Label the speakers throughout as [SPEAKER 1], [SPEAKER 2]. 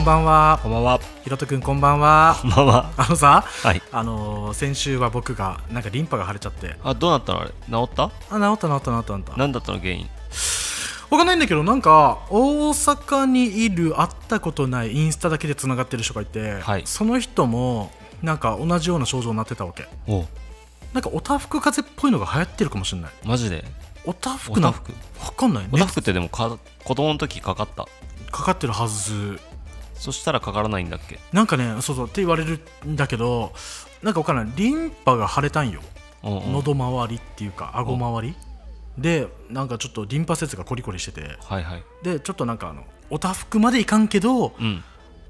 [SPEAKER 1] んばんは
[SPEAKER 2] こんばんは。
[SPEAKER 1] ひろとくんこんばんは
[SPEAKER 2] こんばんは。
[SPEAKER 1] あのさ
[SPEAKER 2] はい。
[SPEAKER 1] あのー先週は僕がなんかリンパが腫れちゃって
[SPEAKER 2] あ、どうなったのあれ治った
[SPEAKER 1] あ治った治った治った治った
[SPEAKER 2] 何だったの原因
[SPEAKER 1] わかんないんだけどなんか大阪にいる会ったことないインスタだけでつながってる人がいて、
[SPEAKER 2] はい
[SPEAKER 1] その人もなんか同じような症状になってたわけ
[SPEAKER 2] お
[SPEAKER 1] なんかおたふく風邪っぽいのが流行ってるかもしれない
[SPEAKER 2] マジで
[SPEAKER 1] おたふ
[SPEAKER 2] お
[SPEAKER 1] く
[SPEAKER 2] た
[SPEAKER 1] な
[SPEAKER 2] ふく
[SPEAKER 1] わかんない
[SPEAKER 2] おた
[SPEAKER 1] ね
[SPEAKER 2] ふくってでもか子供の時かかった。
[SPEAKER 1] かかってるはず
[SPEAKER 2] そしたらかからないんだっけ
[SPEAKER 1] なんかねそうそうって言われるんだけどなんかわかんないリンパが腫れたんよ
[SPEAKER 2] うんうん
[SPEAKER 1] 喉周りっていうか顎周りでなんかちょっとリンパ節がコリコリしてて
[SPEAKER 2] はいはい。
[SPEAKER 1] でちょっとなんかあのおたふくまでいかんけど
[SPEAKER 2] うん。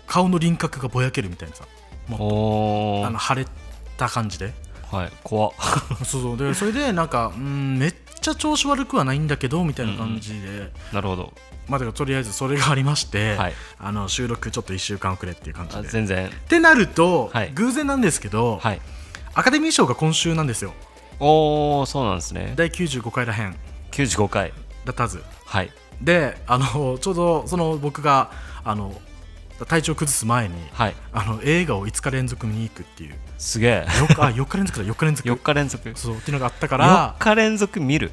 [SPEAKER 1] 顔の輪郭がぼやけるみたいなさ
[SPEAKER 2] お
[SPEAKER 1] あ
[SPEAKER 2] ー
[SPEAKER 1] の。腫れた感じ で
[SPEAKER 2] はい。怖っ。
[SPEAKER 1] そうそうでそれでなんかうんめっちゃ調子悪くはないんだけどみたいな感じで、
[SPEAKER 2] なるほど。
[SPEAKER 1] まあだからとりあえずそれがありまして、
[SPEAKER 2] はい
[SPEAKER 1] あの収録ちょっと1週間遅れっていう感じ
[SPEAKER 2] あ
[SPEAKER 1] で。っ
[SPEAKER 2] 全然。
[SPEAKER 1] てなると、
[SPEAKER 2] はい
[SPEAKER 1] 偶然なんですけど、
[SPEAKER 2] はい。
[SPEAKER 1] アカデミー賞が今週なんですよ
[SPEAKER 2] おー、そうなんですね。
[SPEAKER 1] 第95回らへん
[SPEAKER 2] 95回。
[SPEAKER 1] だったはず
[SPEAKER 2] はい。
[SPEAKER 1] であの ちょうどその僕があの体調崩す前に
[SPEAKER 2] はい。
[SPEAKER 1] あの映画を5日連続見に行くっていう
[SPEAKER 2] すげ え。
[SPEAKER 1] よあ4日連続だ4日連続
[SPEAKER 2] 4日連続。
[SPEAKER 1] そうっていうのがあったから
[SPEAKER 2] 4日連続見る。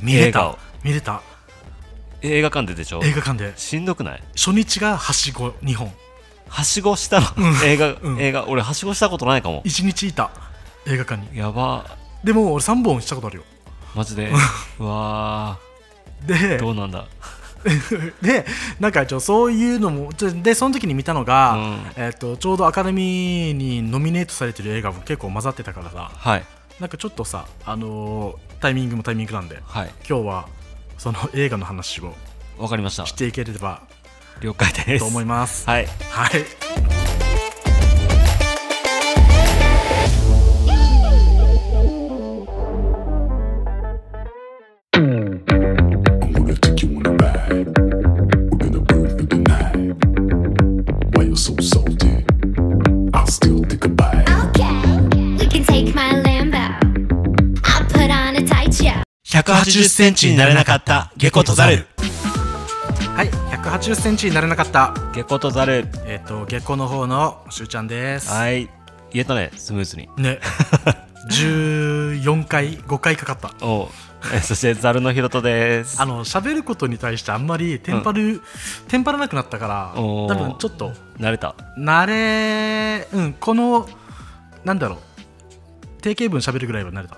[SPEAKER 1] 見れ
[SPEAKER 2] 映画
[SPEAKER 1] た
[SPEAKER 2] を
[SPEAKER 1] 見れた
[SPEAKER 2] 映画館ででしょ
[SPEAKER 1] 映画館で
[SPEAKER 2] しんどくない
[SPEAKER 1] 初日がはしご2本
[SPEAKER 2] はしごしたの映画
[SPEAKER 1] う、ん
[SPEAKER 2] 映画、俺はしごしたことないかも。
[SPEAKER 1] 1日いた映画館に
[SPEAKER 2] やば。
[SPEAKER 1] でも俺3本したことあるよ
[SPEAKER 2] マジでうわ
[SPEAKER 1] で
[SPEAKER 2] ーどうなんだ
[SPEAKER 1] でなんかちょそういうのもちょでその時に見たのが、
[SPEAKER 2] うん
[SPEAKER 1] えっとちょうどアカデミーにノミネートされてる映画も結構混ざってたからさ
[SPEAKER 2] はい
[SPEAKER 1] なんかちょっとさ、あのータイミングもタイミングなんで
[SPEAKER 2] はい
[SPEAKER 1] 今日はその映画の話を
[SPEAKER 2] わかりました
[SPEAKER 1] していければ
[SPEAKER 2] 了解です
[SPEAKER 1] と思います。
[SPEAKER 2] はい
[SPEAKER 1] はい
[SPEAKER 3] Okay, we can take my Lambo. I'll put on a tight show.
[SPEAKER 2] 180センチになれなかったゲコとザル
[SPEAKER 1] はい、180センチになれなかった、
[SPEAKER 2] ゲコとザル
[SPEAKER 1] えっ、と下校の方のしゅうちゃんです。
[SPEAKER 2] はい言えたねスムーズに
[SPEAKER 1] ね、14回、5回かかった。
[SPEAKER 2] おうえそしてザルのひろとです
[SPEAKER 1] あの喋ることに対してあんまりテンパる、テンパらなくなったから、
[SPEAKER 2] お
[SPEAKER 1] 多
[SPEAKER 2] ー
[SPEAKER 1] 分ちょっと
[SPEAKER 2] 慣 れた
[SPEAKER 1] 慣れ、うん、このなんだろう、定型文喋るぐらいは慣れた。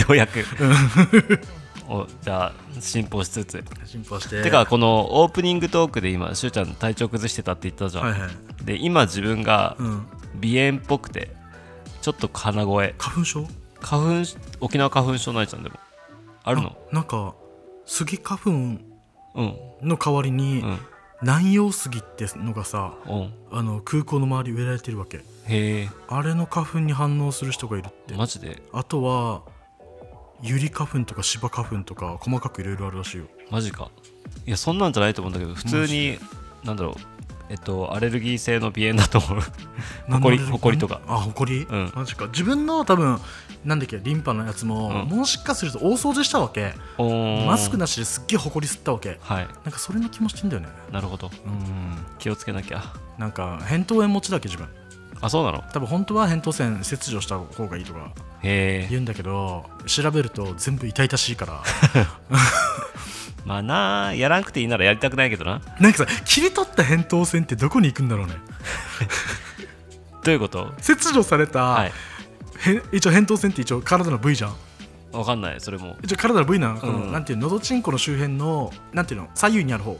[SPEAKER 2] ようやくおじゃあ進歩しつつ
[SPEAKER 1] 進歩して。
[SPEAKER 2] てかこのオープニングトークで今しゅうちゃん体調崩してたって言ったじゃん、
[SPEAKER 1] はいはい。
[SPEAKER 2] で今自分が
[SPEAKER 1] うん。
[SPEAKER 2] 鼻炎っぽくてちょっと鼻声
[SPEAKER 1] 花粉症？
[SPEAKER 2] 花粉し沖縄花粉症ないちゃんでもあるの
[SPEAKER 1] なんかスギ花粉
[SPEAKER 2] うん
[SPEAKER 1] の代わりに、
[SPEAKER 2] うん
[SPEAKER 1] 南洋杉ってのがさ、
[SPEAKER 2] うん
[SPEAKER 1] あの空港の周り植えられてるわけ。
[SPEAKER 2] へえ
[SPEAKER 1] あれの花粉に反応する人がいるって。
[SPEAKER 2] マジで
[SPEAKER 1] あとはユリ花粉とか芝花粉とか細かくいろいろあるらしいよ。
[SPEAKER 2] マジかいやそんなんじゃないと思うんだけど普通になんだろうえっとアレルギー性の鼻炎だと思うほこり
[SPEAKER 1] なんで
[SPEAKER 2] ほこりとか
[SPEAKER 1] あほこり、
[SPEAKER 2] うん
[SPEAKER 1] マジか自分の多分なんだっけリンパのやつも、
[SPEAKER 2] うん
[SPEAKER 1] もしかすると大掃除したわけ
[SPEAKER 2] おー
[SPEAKER 1] マスクなしですっげえほこり吸ったわけ
[SPEAKER 2] はい
[SPEAKER 1] なんかそれの気もしてんだよね
[SPEAKER 2] なるほど
[SPEAKER 1] うん
[SPEAKER 2] 気をつけなきゃ
[SPEAKER 1] なんか扁桃炎持ちだっけ自分
[SPEAKER 2] あそうなの
[SPEAKER 1] 多分本当は扁桃腺切除した方がいいとか
[SPEAKER 2] へえ
[SPEAKER 1] 言うんだけど調べると全部痛々しいから
[SPEAKER 2] まあなあやらなくていいならやりたくないけどな
[SPEAKER 1] なんかさ切り取った扁桃腺ってどこに行くんだろうね
[SPEAKER 2] どういうこと
[SPEAKER 1] 切除された、
[SPEAKER 2] はい
[SPEAKER 1] へ一応扁桃腺って一応体の部位じゃん
[SPEAKER 2] わかんないそれも
[SPEAKER 1] 一応体の部位なの、この
[SPEAKER 2] うん
[SPEAKER 1] なんていうののどちんこの周辺のなんていうの左右にある方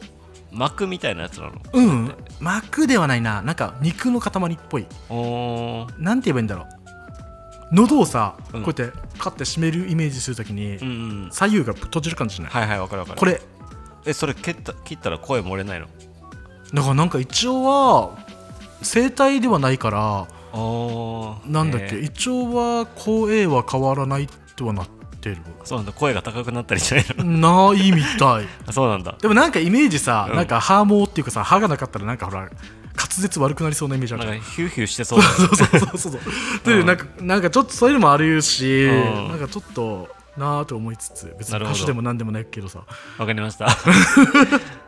[SPEAKER 2] 膜みたいなやつなの
[SPEAKER 1] うん膜ではないななんか肉の塊っぽい
[SPEAKER 2] おー
[SPEAKER 1] なんて言えばいいんだろう喉をさ、
[SPEAKER 2] うん
[SPEAKER 1] こうやってカッて締めるイメージするときに、
[SPEAKER 2] うんうん
[SPEAKER 1] 左右が閉じる感じしない、
[SPEAKER 2] はいはいわかるわかる
[SPEAKER 1] これ
[SPEAKER 2] えそれ切った切ったら声漏れないの
[SPEAKER 1] だからなんか一応は声帯ではないから
[SPEAKER 2] あー
[SPEAKER 1] なんだっけ、
[SPEAKER 2] えー
[SPEAKER 1] 一応は声は変わらないとはな ってる
[SPEAKER 2] そうなんだ声が高くなったりしないの
[SPEAKER 1] ないみたい
[SPEAKER 2] あ そうなんだ
[SPEAKER 1] でもなんかイメージさ、
[SPEAKER 2] うん
[SPEAKER 1] なんか歯毛っていうかさ歯がなかったらなんかほら滑舌悪くなりそうなイメージあ
[SPEAKER 2] な
[SPEAKER 1] るじゃ
[SPEAKER 2] んか
[SPEAKER 1] ん
[SPEAKER 2] ヒューヒューしてそうだよ
[SPEAKER 1] そうそうそう そうというなんかなんかちょっとそういうのもあるし、
[SPEAKER 2] うん
[SPEAKER 1] なんかちょっとなあと思いつつ別に
[SPEAKER 2] なるほ
[SPEAKER 1] 歌
[SPEAKER 2] ど
[SPEAKER 1] 手でも何でもないけどさ
[SPEAKER 2] わかりましただか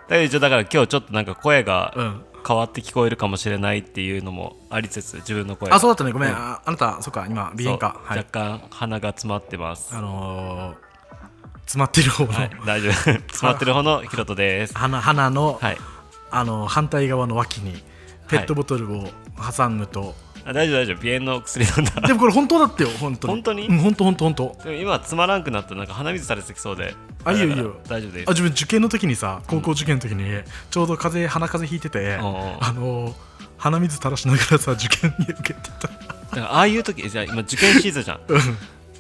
[SPEAKER 2] ら一応だから今日ちょっとなんか声が
[SPEAKER 1] うん
[SPEAKER 2] 変わって聞こえるかもしれないっていうのもありつつ自分の声が
[SPEAKER 1] あそうだったねごめん、
[SPEAKER 2] うん
[SPEAKER 1] ああなたそっか今鼻
[SPEAKER 2] そう
[SPEAKER 1] 炎かはい
[SPEAKER 2] 若干鼻が詰まってます
[SPEAKER 1] あのー、詰まってる方の、
[SPEAKER 2] はい 大丈夫詰まってる方のひろとです
[SPEAKER 1] 鼻鼻の、
[SPEAKER 2] はい
[SPEAKER 1] あの反対側の脇にペットボトルを挟むと、
[SPEAKER 2] あ大丈夫大丈夫鼻炎の薬飲ん だ
[SPEAKER 1] でもこれ本当だってよ本当に
[SPEAKER 2] 本当に
[SPEAKER 1] うん本当本当本当
[SPEAKER 2] でも今詰まらんくなったらなんか鼻水されてきそうで
[SPEAKER 1] あいいよ
[SPEAKER 2] だから
[SPEAKER 1] いいよ
[SPEAKER 2] 大丈夫です
[SPEAKER 1] あ自分受験の時にさ高校受験の時に、ちょうど風邪鼻風邪ひいてて、
[SPEAKER 2] うんうん
[SPEAKER 1] あのー鼻水垂らしながらさ受験に受けてた
[SPEAKER 2] だからああいう時じゃあ今受験シーズンじゃん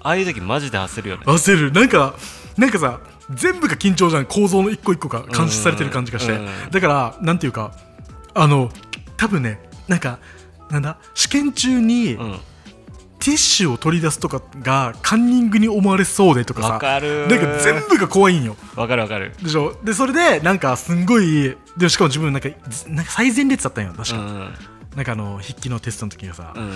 [SPEAKER 2] ああいう時マジで焦るよね
[SPEAKER 1] 焦るなんかなんかさ全部が緊張じゃん構造の一個一個が監視されてる感じがして
[SPEAKER 2] うんうん
[SPEAKER 1] だからなんていうかあの多分ねなんかなんだ試験中に
[SPEAKER 2] うん
[SPEAKER 1] ティッシュを取り出すとかがカンニングに思われそうでとかさ
[SPEAKER 2] わかる
[SPEAKER 1] なんか全部が怖いんよ
[SPEAKER 2] わかるわかる
[SPEAKER 1] でしょでそれでなんかすんごいでしかも自分なんかずなんか最前列だったんよ確
[SPEAKER 2] う
[SPEAKER 1] か、
[SPEAKER 2] ん
[SPEAKER 1] なんかあの筆記のテストの時がさ、
[SPEAKER 2] うん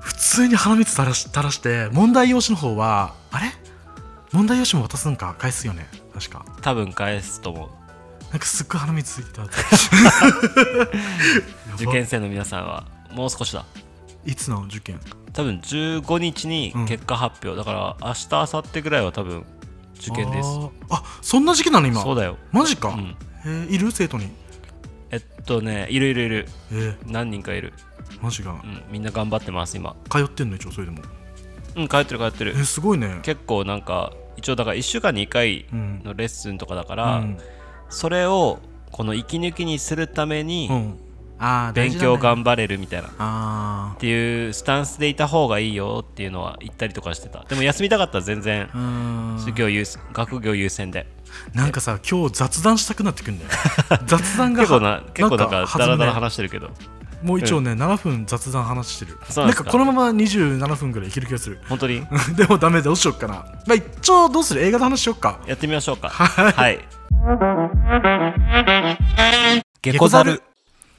[SPEAKER 1] 普通に鼻水垂らし垂らして問題用紙の方はあれ問題用紙も渡すんか返すよね確か
[SPEAKER 2] 多分返すと思う
[SPEAKER 1] なんかすっごい鼻水ついてた
[SPEAKER 2] 受験生の皆さんはもう少しだ
[SPEAKER 1] いつの受験
[SPEAKER 2] 多分15日に結果発表、だから明日明後日ぐらいは多分受験です
[SPEAKER 1] あーあそんな時期なの今
[SPEAKER 2] そうだよ
[SPEAKER 1] マジか、
[SPEAKER 2] うん
[SPEAKER 1] えーいる生徒に
[SPEAKER 2] えっとねいるいるいる
[SPEAKER 1] えー、
[SPEAKER 2] 何人かいる、
[SPEAKER 1] マジか、
[SPEAKER 2] うん、みんな頑張ってます今
[SPEAKER 1] 通ってんの一応それでも
[SPEAKER 2] うん通ってる通ってる
[SPEAKER 1] えー、すごいね
[SPEAKER 2] 結構なんか一応だから1週間に1回
[SPEAKER 1] うん
[SPEAKER 2] のレッスンとかだか
[SPEAKER 1] う
[SPEAKER 2] ら、
[SPEAKER 1] ん、
[SPEAKER 2] それをこの息抜きにするため
[SPEAKER 1] う
[SPEAKER 2] に
[SPEAKER 1] ん、あー大
[SPEAKER 2] 勉
[SPEAKER 1] 事だね
[SPEAKER 2] 強頑張れるみたいな、っ
[SPEAKER 1] あ
[SPEAKER 2] ていうスタンスでいた方がいいよっていうのは言ったりとかしてたでも休みたかったら全
[SPEAKER 1] ー
[SPEAKER 2] 然
[SPEAKER 1] うーん
[SPEAKER 2] 授業優先学業優先で
[SPEAKER 1] なんかさ今日雑談したくなってくんだよ 雑談が
[SPEAKER 2] 結構な結構なん
[SPEAKER 1] 弾
[SPEAKER 2] か
[SPEAKER 1] むね
[SPEAKER 2] ダラダラ話してるけど
[SPEAKER 1] もう一応ね、7分雑談話してる
[SPEAKER 2] そう
[SPEAKER 1] なん
[SPEAKER 2] なんです
[SPEAKER 1] か
[SPEAKER 2] か
[SPEAKER 1] このまま27分ぐらいいける気がする
[SPEAKER 2] 本当に
[SPEAKER 1] でもダメどうしよっかなまあ一応どうする映画の話しよっか
[SPEAKER 2] やってみましょうかはいゲコザ
[SPEAKER 1] ザル
[SPEAKER 2] ル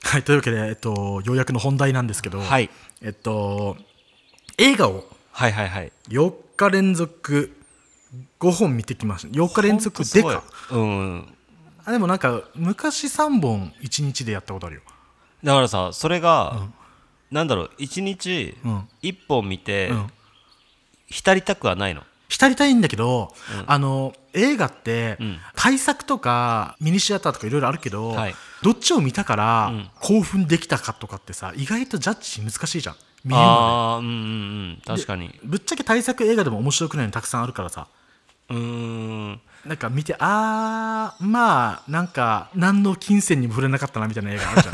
[SPEAKER 1] はいというわけで、えっと、ようやくの本題なんですけど、
[SPEAKER 2] はい
[SPEAKER 1] えっと映画を
[SPEAKER 2] はいはいはい
[SPEAKER 1] 4日連続5本見てきました4日連続
[SPEAKER 2] ほんとす
[SPEAKER 1] で
[SPEAKER 2] ごい
[SPEAKER 1] か
[SPEAKER 2] うん
[SPEAKER 1] あでもなんか昔3本1日でやったことあるよ
[SPEAKER 2] だからさそれが、なんだろう一日
[SPEAKER 1] うん
[SPEAKER 2] 一本見て、
[SPEAKER 1] うん
[SPEAKER 2] 浸りたくはないの
[SPEAKER 1] 浸りたいんだけど、あの映画って、
[SPEAKER 2] うん
[SPEAKER 1] 対策とかミニシアターとかいろいろあるけど、
[SPEAKER 2] はい
[SPEAKER 1] どっちを見たから、
[SPEAKER 2] うん
[SPEAKER 1] 興奮できたかとかってさ意外とジャッジ難しいじゃん見えるのね
[SPEAKER 2] ああうんうんうん確かに
[SPEAKER 1] ぶっちゃけ対策映画でも面白くないのたくさんあるからさ
[SPEAKER 2] うーん
[SPEAKER 1] なんか見てあーまあなんか何の金銭にも触れなかったなみたいな映画あるじ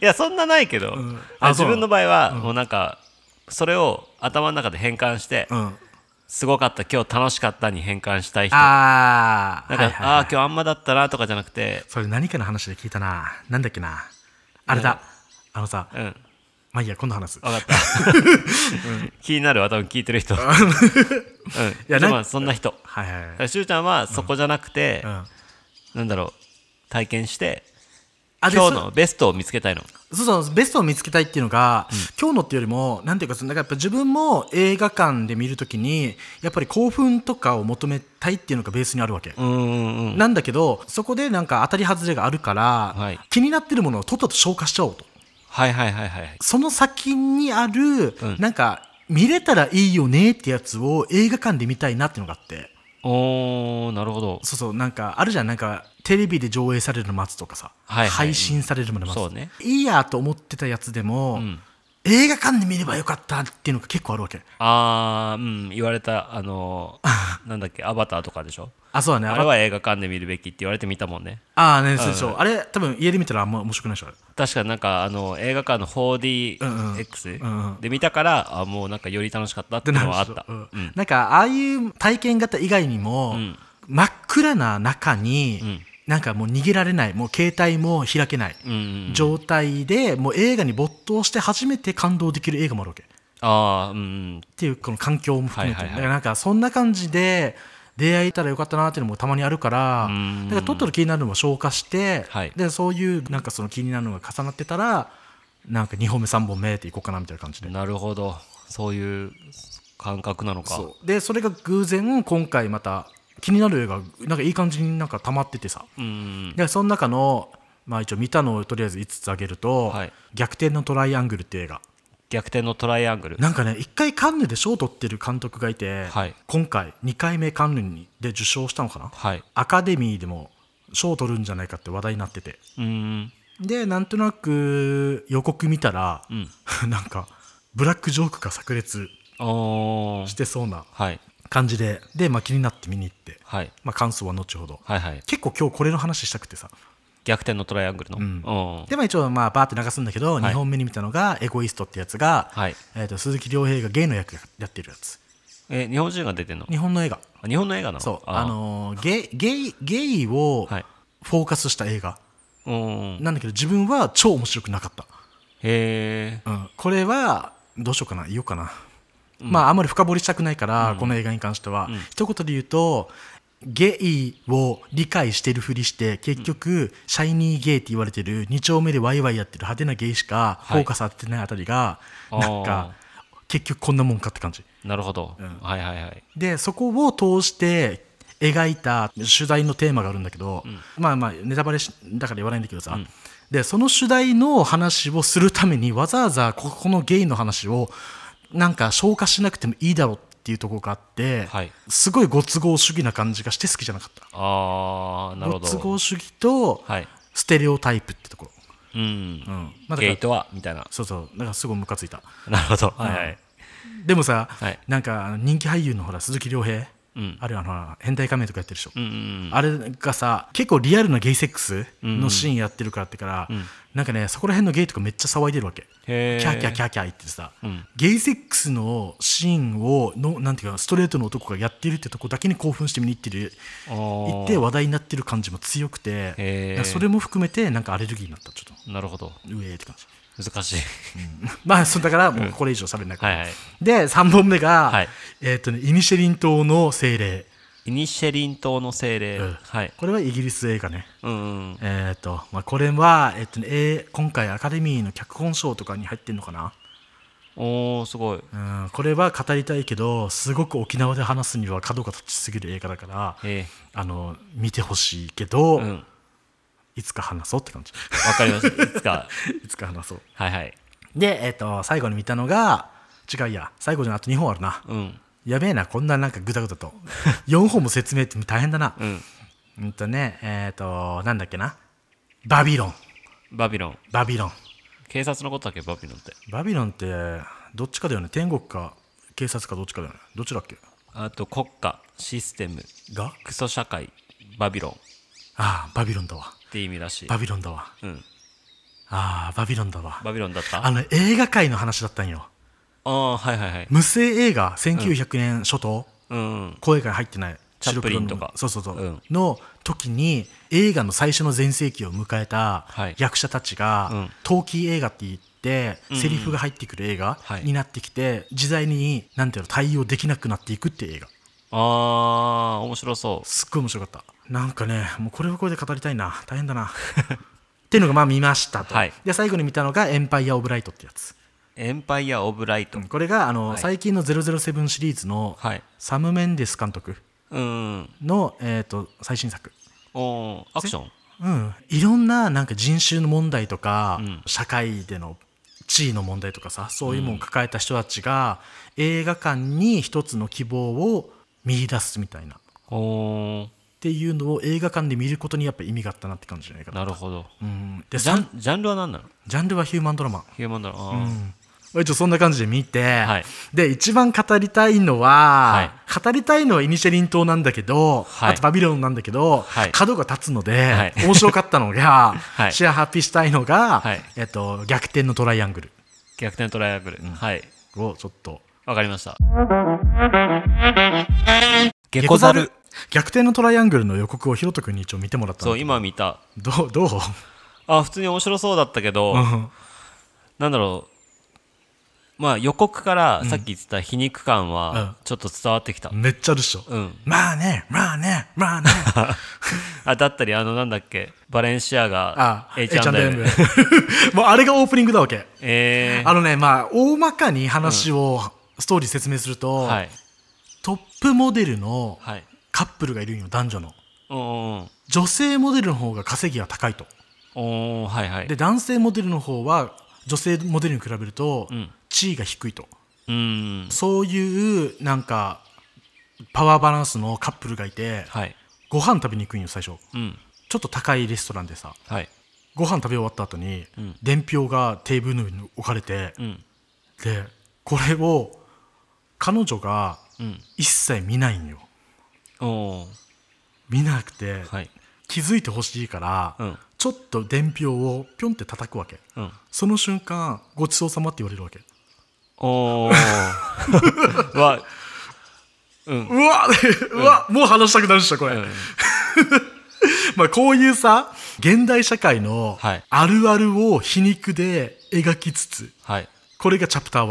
[SPEAKER 2] いやそんなないけど、
[SPEAKER 1] んあ
[SPEAKER 2] あ自
[SPEAKER 1] そう
[SPEAKER 2] 分の場合は、もうなんかそれを頭の中で変換して、
[SPEAKER 1] ゃん、うん、
[SPEAKER 2] すごかった今日楽しかったに変換したい人なん
[SPEAKER 1] あ
[SPEAKER 2] か、
[SPEAKER 1] ーはいはいはい
[SPEAKER 2] ああ今日あんまだったなとかじゃなくて
[SPEAKER 1] それ何かの話で聞いたななんだっけなあれだ、あのさ
[SPEAKER 2] うん分
[SPEAKER 1] まあいいや今度話す
[SPEAKER 2] かった 気になるわ多分聞いてる人うん
[SPEAKER 1] や
[SPEAKER 2] でも
[SPEAKER 1] なん
[SPEAKER 2] そんな人だ
[SPEAKER 1] はいはいは
[SPEAKER 2] か
[SPEAKER 1] い、
[SPEAKER 2] らしゅうちゃんはそこじゃなくて、
[SPEAKER 1] うん、
[SPEAKER 2] なんだろう体験して
[SPEAKER 1] あで
[SPEAKER 2] 今日
[SPEAKER 1] そ
[SPEAKER 2] のベストを見つけたいの
[SPEAKER 1] そうそうベストを見つけたいっていうのが、今日のっていうよりもなんていうかそのなんかやっぱ自分も映画館で見るときにやっぱり興奮とかを求めたいっていうのがベースにあるわけ、
[SPEAKER 2] うーんうん
[SPEAKER 1] なんだけどそこでなんか当たり外れがあるから、
[SPEAKER 2] はい
[SPEAKER 1] 気になってるものをとっとと消化しちゃおうと
[SPEAKER 2] はいはいはいはい
[SPEAKER 1] その先にある、
[SPEAKER 2] ん
[SPEAKER 1] なんか見れたらいいよねってやつを映画館で見たいなっていうのがあって
[SPEAKER 2] おーなるほど
[SPEAKER 1] そうそうなんかあるじゃんなんかテレビで上映されるの待つとかさ、
[SPEAKER 2] はいはい
[SPEAKER 1] 配信されるまで待つ、
[SPEAKER 2] そうね
[SPEAKER 1] いいやと思ってたやつでも、
[SPEAKER 2] ん
[SPEAKER 1] 映画館で見ればよかったっていうのが結構あるわけ
[SPEAKER 2] あーうん言われたあの ーなんだっけアバターとかでしょ
[SPEAKER 1] あそうだね
[SPEAKER 2] あれは映画館で見るべきって言われてみたもんね
[SPEAKER 1] ああねそうでしょあれ多分家で見たらあんま面白くないでしょあれ
[SPEAKER 2] 確かになんかあの映画館の
[SPEAKER 1] うんうんうんうん
[SPEAKER 2] 4DX で見たからあもうなんかより楽しかったっていうのはあった
[SPEAKER 1] うん
[SPEAKER 2] うん
[SPEAKER 1] なんかああいう体験型以外にも、
[SPEAKER 2] ん
[SPEAKER 1] 真っ暗な中に、
[SPEAKER 2] ん
[SPEAKER 1] なんかもう逃げられないもう携帯も開けない、
[SPEAKER 2] うんうん
[SPEAKER 1] 状態でもう映画に没頭して初めて感動できる映画もあるわけっ
[SPEAKER 2] ああうん
[SPEAKER 1] ていうこの環境も含めて、
[SPEAKER 2] はいはいは
[SPEAKER 1] だ
[SPEAKER 2] い
[SPEAKER 1] からなんかそんな感じで出会えたらよかったなっていうのもたまにあるから
[SPEAKER 2] ん
[SPEAKER 1] だからとっとと気になるのも消化して、
[SPEAKER 2] はい
[SPEAKER 1] でそういうなんかその気になるのが重なってたらなんか2本目3本目っていこうかなみたいな感じ
[SPEAKER 2] う
[SPEAKER 1] で
[SPEAKER 2] んなるほどそういう感覚なのか
[SPEAKER 1] そうでそれが偶然今回また気になる映画なんかいい感じになんか溜まっててさ
[SPEAKER 2] うんうん
[SPEAKER 1] でその中の「まあ、一応見たのをとりあえず5つ挙げると、
[SPEAKER 2] はい
[SPEAKER 1] 逆転のトライアングル」っていう映画
[SPEAKER 2] 逆転のトライアングル
[SPEAKER 1] なんかね一回カンヌで賞を取ってる監督がいて、
[SPEAKER 2] はい
[SPEAKER 1] 今回2回目カンヌにで受賞したのかな、
[SPEAKER 2] はい
[SPEAKER 1] アカデミーでも賞を取るんじゃないかって話題になってて
[SPEAKER 2] うーん
[SPEAKER 1] でなんとなく予告見たら
[SPEAKER 2] う、ん
[SPEAKER 1] なんかブラックジョークが炸裂
[SPEAKER 2] お
[SPEAKER 1] し
[SPEAKER 2] ー
[SPEAKER 1] てそうな
[SPEAKER 2] はい
[SPEAKER 1] 感じでで、まあ、気になって見に行って、
[SPEAKER 2] はい
[SPEAKER 1] まあ、感想は後ほど
[SPEAKER 2] はいはい
[SPEAKER 1] 結構今日これの話したくてさ
[SPEAKER 2] 逆転のトライアングルのうん
[SPEAKER 1] でまあ一応まあバーって流すんだけど、
[SPEAKER 2] い
[SPEAKER 1] 二2本目に見たのが「エゴイスト」ってやつが、
[SPEAKER 2] はい
[SPEAKER 1] えー、と鈴木亮平がゲイの役やってるやつ
[SPEAKER 2] え日本人が出てんの
[SPEAKER 1] 日本の映画
[SPEAKER 2] あ日本の映画なの
[SPEAKER 1] そう
[SPEAKER 2] あー
[SPEAKER 1] あのーゲイゲイゲイを
[SPEAKER 2] はい
[SPEAKER 1] フォーカスした映画
[SPEAKER 2] うん
[SPEAKER 1] なんだけど自分は超面白くなかった、
[SPEAKER 2] へえ
[SPEAKER 1] うん、これはどうしようかな言おうかな、まああんまり深掘りしたくないから、この映画に関しては、一言で言うとゲイを理解してるふりして結局、シャイニーゲイって言われてる2丁目でワイワイやってる派手なゲイしかフ
[SPEAKER 2] はい
[SPEAKER 1] ォーカス当ててないあたりが、
[SPEAKER 2] あー
[SPEAKER 1] なんか結局こんなもんかって感じ
[SPEAKER 2] なるほどはいはいはい
[SPEAKER 1] でそこを通して描いた主題のテーマがあるんだけど、まあまあネタバレしだから言わないんだけどさ、でその主題の話をするためにわざわざここのゲイの話をなんか消化しなくてもいいだろうっていうところがあって、
[SPEAKER 2] はい
[SPEAKER 1] すごいご都合主義な感じがして好きじゃなかった
[SPEAKER 2] ああなるほ
[SPEAKER 1] ご都
[SPEAKER 2] ど
[SPEAKER 1] 合主義と
[SPEAKER 2] はい
[SPEAKER 1] ステレオタイプってところ、
[SPEAKER 2] うん
[SPEAKER 1] うんまあだから
[SPEAKER 2] ゲイとはみたいな
[SPEAKER 1] そうそうだからすごいムカついた
[SPEAKER 2] なるほどはいはい
[SPEAKER 1] でもさ、
[SPEAKER 2] はい
[SPEAKER 1] なんか人気俳優のほら鈴木亮平、
[SPEAKER 2] うん
[SPEAKER 1] あるいはあのほら変態仮面とかやってるでしょ、
[SPEAKER 2] うんうん
[SPEAKER 1] あれがさ結構リアルなゲイセックスのシーンやってるからってから、なんかねそこら辺のゲイとかめっちゃ騒いでるわけ、
[SPEAKER 2] へー
[SPEAKER 1] キャーキャーキャーキャー言ってさ、
[SPEAKER 2] ん
[SPEAKER 1] ゲイセックスのシーンをのなんていうかストレートの男がやってるってとこだけに興奮して見に行ってる
[SPEAKER 2] あー
[SPEAKER 1] 行って話題になってる感じも強くて
[SPEAKER 2] へー
[SPEAKER 1] だからそれも含めてなんかアレルギーになったちょっ
[SPEAKER 2] なるほど
[SPEAKER 1] とうえーって感じ
[SPEAKER 2] 難しい
[SPEAKER 1] まあそうだからもうこれ以上喋れないから、
[SPEAKER 2] はいはい
[SPEAKER 1] で3本目が、
[SPEAKER 2] はい
[SPEAKER 1] えっ、とねイニシェリン島の精霊、
[SPEAKER 2] イニシェリン島の精霊
[SPEAKER 1] うん
[SPEAKER 2] はい
[SPEAKER 1] これはイギリス映画ね
[SPEAKER 2] うんうん
[SPEAKER 1] えーとまあ、これは、えっとねえー今回アカデミーの脚本賞とかに入ってるのかな、
[SPEAKER 2] おおすごい
[SPEAKER 1] うん、これは語りたいけどすごく沖縄で話すには角が立ちすぎる映画だから
[SPEAKER 2] え
[SPEAKER 1] あの見てほしいけど、
[SPEAKER 2] ーうんわ
[SPEAKER 1] いつか話そうって感 じ
[SPEAKER 2] かりましたいつか
[SPEAKER 1] いつか話そう
[SPEAKER 2] はいはい
[SPEAKER 1] で、えっと最後に見たのが違うや最後じゃなくて2本あるな
[SPEAKER 2] うん
[SPEAKER 1] やべえなこんななんかグダグダと4本も説明って大変だな
[SPEAKER 2] うん
[SPEAKER 1] うんとねえっ、となんだっけなバビロン
[SPEAKER 2] バビロン
[SPEAKER 1] バビロン
[SPEAKER 2] 警察のことだっけバビロンって
[SPEAKER 1] バビロンってどっちかだよね天国か警察かどっちかだよねどっちだっけ
[SPEAKER 2] あと国家システム
[SPEAKER 1] が
[SPEAKER 2] クソ社会バビロンっ
[SPEAKER 1] ああバビロンだわ
[SPEAKER 2] て意味らしい
[SPEAKER 1] バビロンだわ
[SPEAKER 2] うん
[SPEAKER 1] ああバビロンだわ
[SPEAKER 2] バビロンだった
[SPEAKER 1] あ
[SPEAKER 2] あ
[SPEAKER 1] の映画界の話だったんよ
[SPEAKER 2] あーはいはいはい
[SPEAKER 1] 無声映画1900年初頭、
[SPEAKER 2] うん
[SPEAKER 1] 声が入ってない
[SPEAKER 2] チャップリン
[SPEAKER 1] 白黒の
[SPEAKER 2] とか
[SPEAKER 1] そうそうそう、
[SPEAKER 2] うん
[SPEAKER 1] の時に映画の最初の全盛期を迎えた
[SPEAKER 2] はい
[SPEAKER 1] 役者たちが、
[SPEAKER 2] うん
[SPEAKER 1] 陶器映画って言って
[SPEAKER 2] うん
[SPEAKER 1] セリフが入ってくる映画
[SPEAKER 2] はい
[SPEAKER 1] になってきて、自在になんていうの対応できなくなっていくっていう映画
[SPEAKER 2] あー面白そ
[SPEAKER 1] すっごい面白かったなんかねもうこれはこれで語りたいな大変 だなっていうのがまあ見ましたと、
[SPEAKER 2] はい
[SPEAKER 1] で最後に見たのが「エンパイア・オブ・ライト」ってやつ
[SPEAKER 2] うエンパイア・オブ・ライト
[SPEAKER 1] これがあの、
[SPEAKER 2] はい
[SPEAKER 1] 最近の007シリーズの
[SPEAKER 2] はい
[SPEAKER 1] サム・メンデス監督
[SPEAKER 2] うん
[SPEAKER 1] の、えー、と最新作
[SPEAKER 2] おーアクション
[SPEAKER 1] うんいろんななんか人種の問題とか、
[SPEAKER 2] うん
[SPEAKER 1] 社会での地位の問題とかさそういうもんを抱えた人たちが、映画館に一つの希望を見出すみたいなっ
[SPEAKER 2] おー
[SPEAKER 1] ていうのを映画館で見ることにやっぱ意味があったなって感じじゃないかな
[SPEAKER 2] なるほど
[SPEAKER 1] うん、で
[SPEAKER 2] ジャンジャンルは何なの
[SPEAKER 1] ジャンルはヒューマンドラマ。
[SPEAKER 2] ヒューマンだろうあ
[SPEAKER 1] 一応そんな感じで見て、
[SPEAKER 2] はい
[SPEAKER 1] で一番語りたいのは、語りたいのはイニシェリン島なんだけど、
[SPEAKER 2] はい
[SPEAKER 1] あとバビロンなんだけど、
[SPEAKER 2] はい
[SPEAKER 1] 角が立つので、
[SPEAKER 2] はい
[SPEAKER 1] 面白かったのが、
[SPEAKER 2] はい
[SPEAKER 1] シェアハッピーしたいのが、
[SPEAKER 2] はい
[SPEAKER 1] えっと、逆転のトライアングル
[SPEAKER 2] 逆転トライアングルはい
[SPEAKER 1] をちょっと
[SPEAKER 2] わかりました
[SPEAKER 1] 下
[SPEAKER 2] ゲコザル
[SPEAKER 1] 逆転のトライアングルの予告をひろと君に一応見てもらったの
[SPEAKER 2] そう今見た
[SPEAKER 1] どうどう、
[SPEAKER 2] あ普通に面白そうだったけど
[SPEAKER 1] うん
[SPEAKER 2] なんだろうまあ予告からさっき言ってた皮肉感はちょっと伝わってきた
[SPEAKER 1] めっちゃあるっしょ、
[SPEAKER 2] うん
[SPEAKER 1] まあねまあねま あね
[SPEAKER 2] あだったりあのなんだっけバレンシアが
[SPEAKER 1] あ
[SPEAKER 2] H&M
[SPEAKER 1] H&M もうあれがオープニングだわけ
[SPEAKER 2] えー
[SPEAKER 1] あのね、まあ、大まかに話を、ストーリー説明すると、
[SPEAKER 2] はい
[SPEAKER 1] トップモデルの
[SPEAKER 2] はい
[SPEAKER 1] カップルがいるんよ、男女の。
[SPEAKER 2] うんうんうん
[SPEAKER 1] 女性モデルの方が稼ぎが高いと。
[SPEAKER 2] おーはいはい
[SPEAKER 1] で男性モデルの方は女性モデルに比べると
[SPEAKER 2] ん
[SPEAKER 1] 地位が低いと、
[SPEAKER 2] うん
[SPEAKER 1] そういうなんかパワーバランスのカップルがいて、
[SPEAKER 2] はい
[SPEAKER 1] ご飯食べに行くんよ最初
[SPEAKER 2] うん
[SPEAKER 1] ちょっと高いレストランでさ
[SPEAKER 2] はい
[SPEAKER 1] ご飯食べ終わった後に、
[SPEAKER 2] ん
[SPEAKER 1] 伝票がテーブルの上に置かれて、
[SPEAKER 2] うん
[SPEAKER 1] でこれを彼女が
[SPEAKER 2] うん
[SPEAKER 1] 一切見ないんよ
[SPEAKER 2] おー
[SPEAKER 1] 見なくて、
[SPEAKER 2] はい
[SPEAKER 1] 気づいてほしいから、
[SPEAKER 2] うん
[SPEAKER 1] ちょっと伝票をピョンって叩くわけ
[SPEAKER 2] うん
[SPEAKER 1] その瞬間ごちそうさまって言われるわけ
[SPEAKER 2] おお はうん
[SPEAKER 1] うわ うわ、もう話したくなるっしょこれ、
[SPEAKER 2] うん
[SPEAKER 1] まあこういうさ現代社会の
[SPEAKER 2] はい
[SPEAKER 1] あるあるを皮肉で描きつつ
[SPEAKER 2] はい
[SPEAKER 1] これがチャプター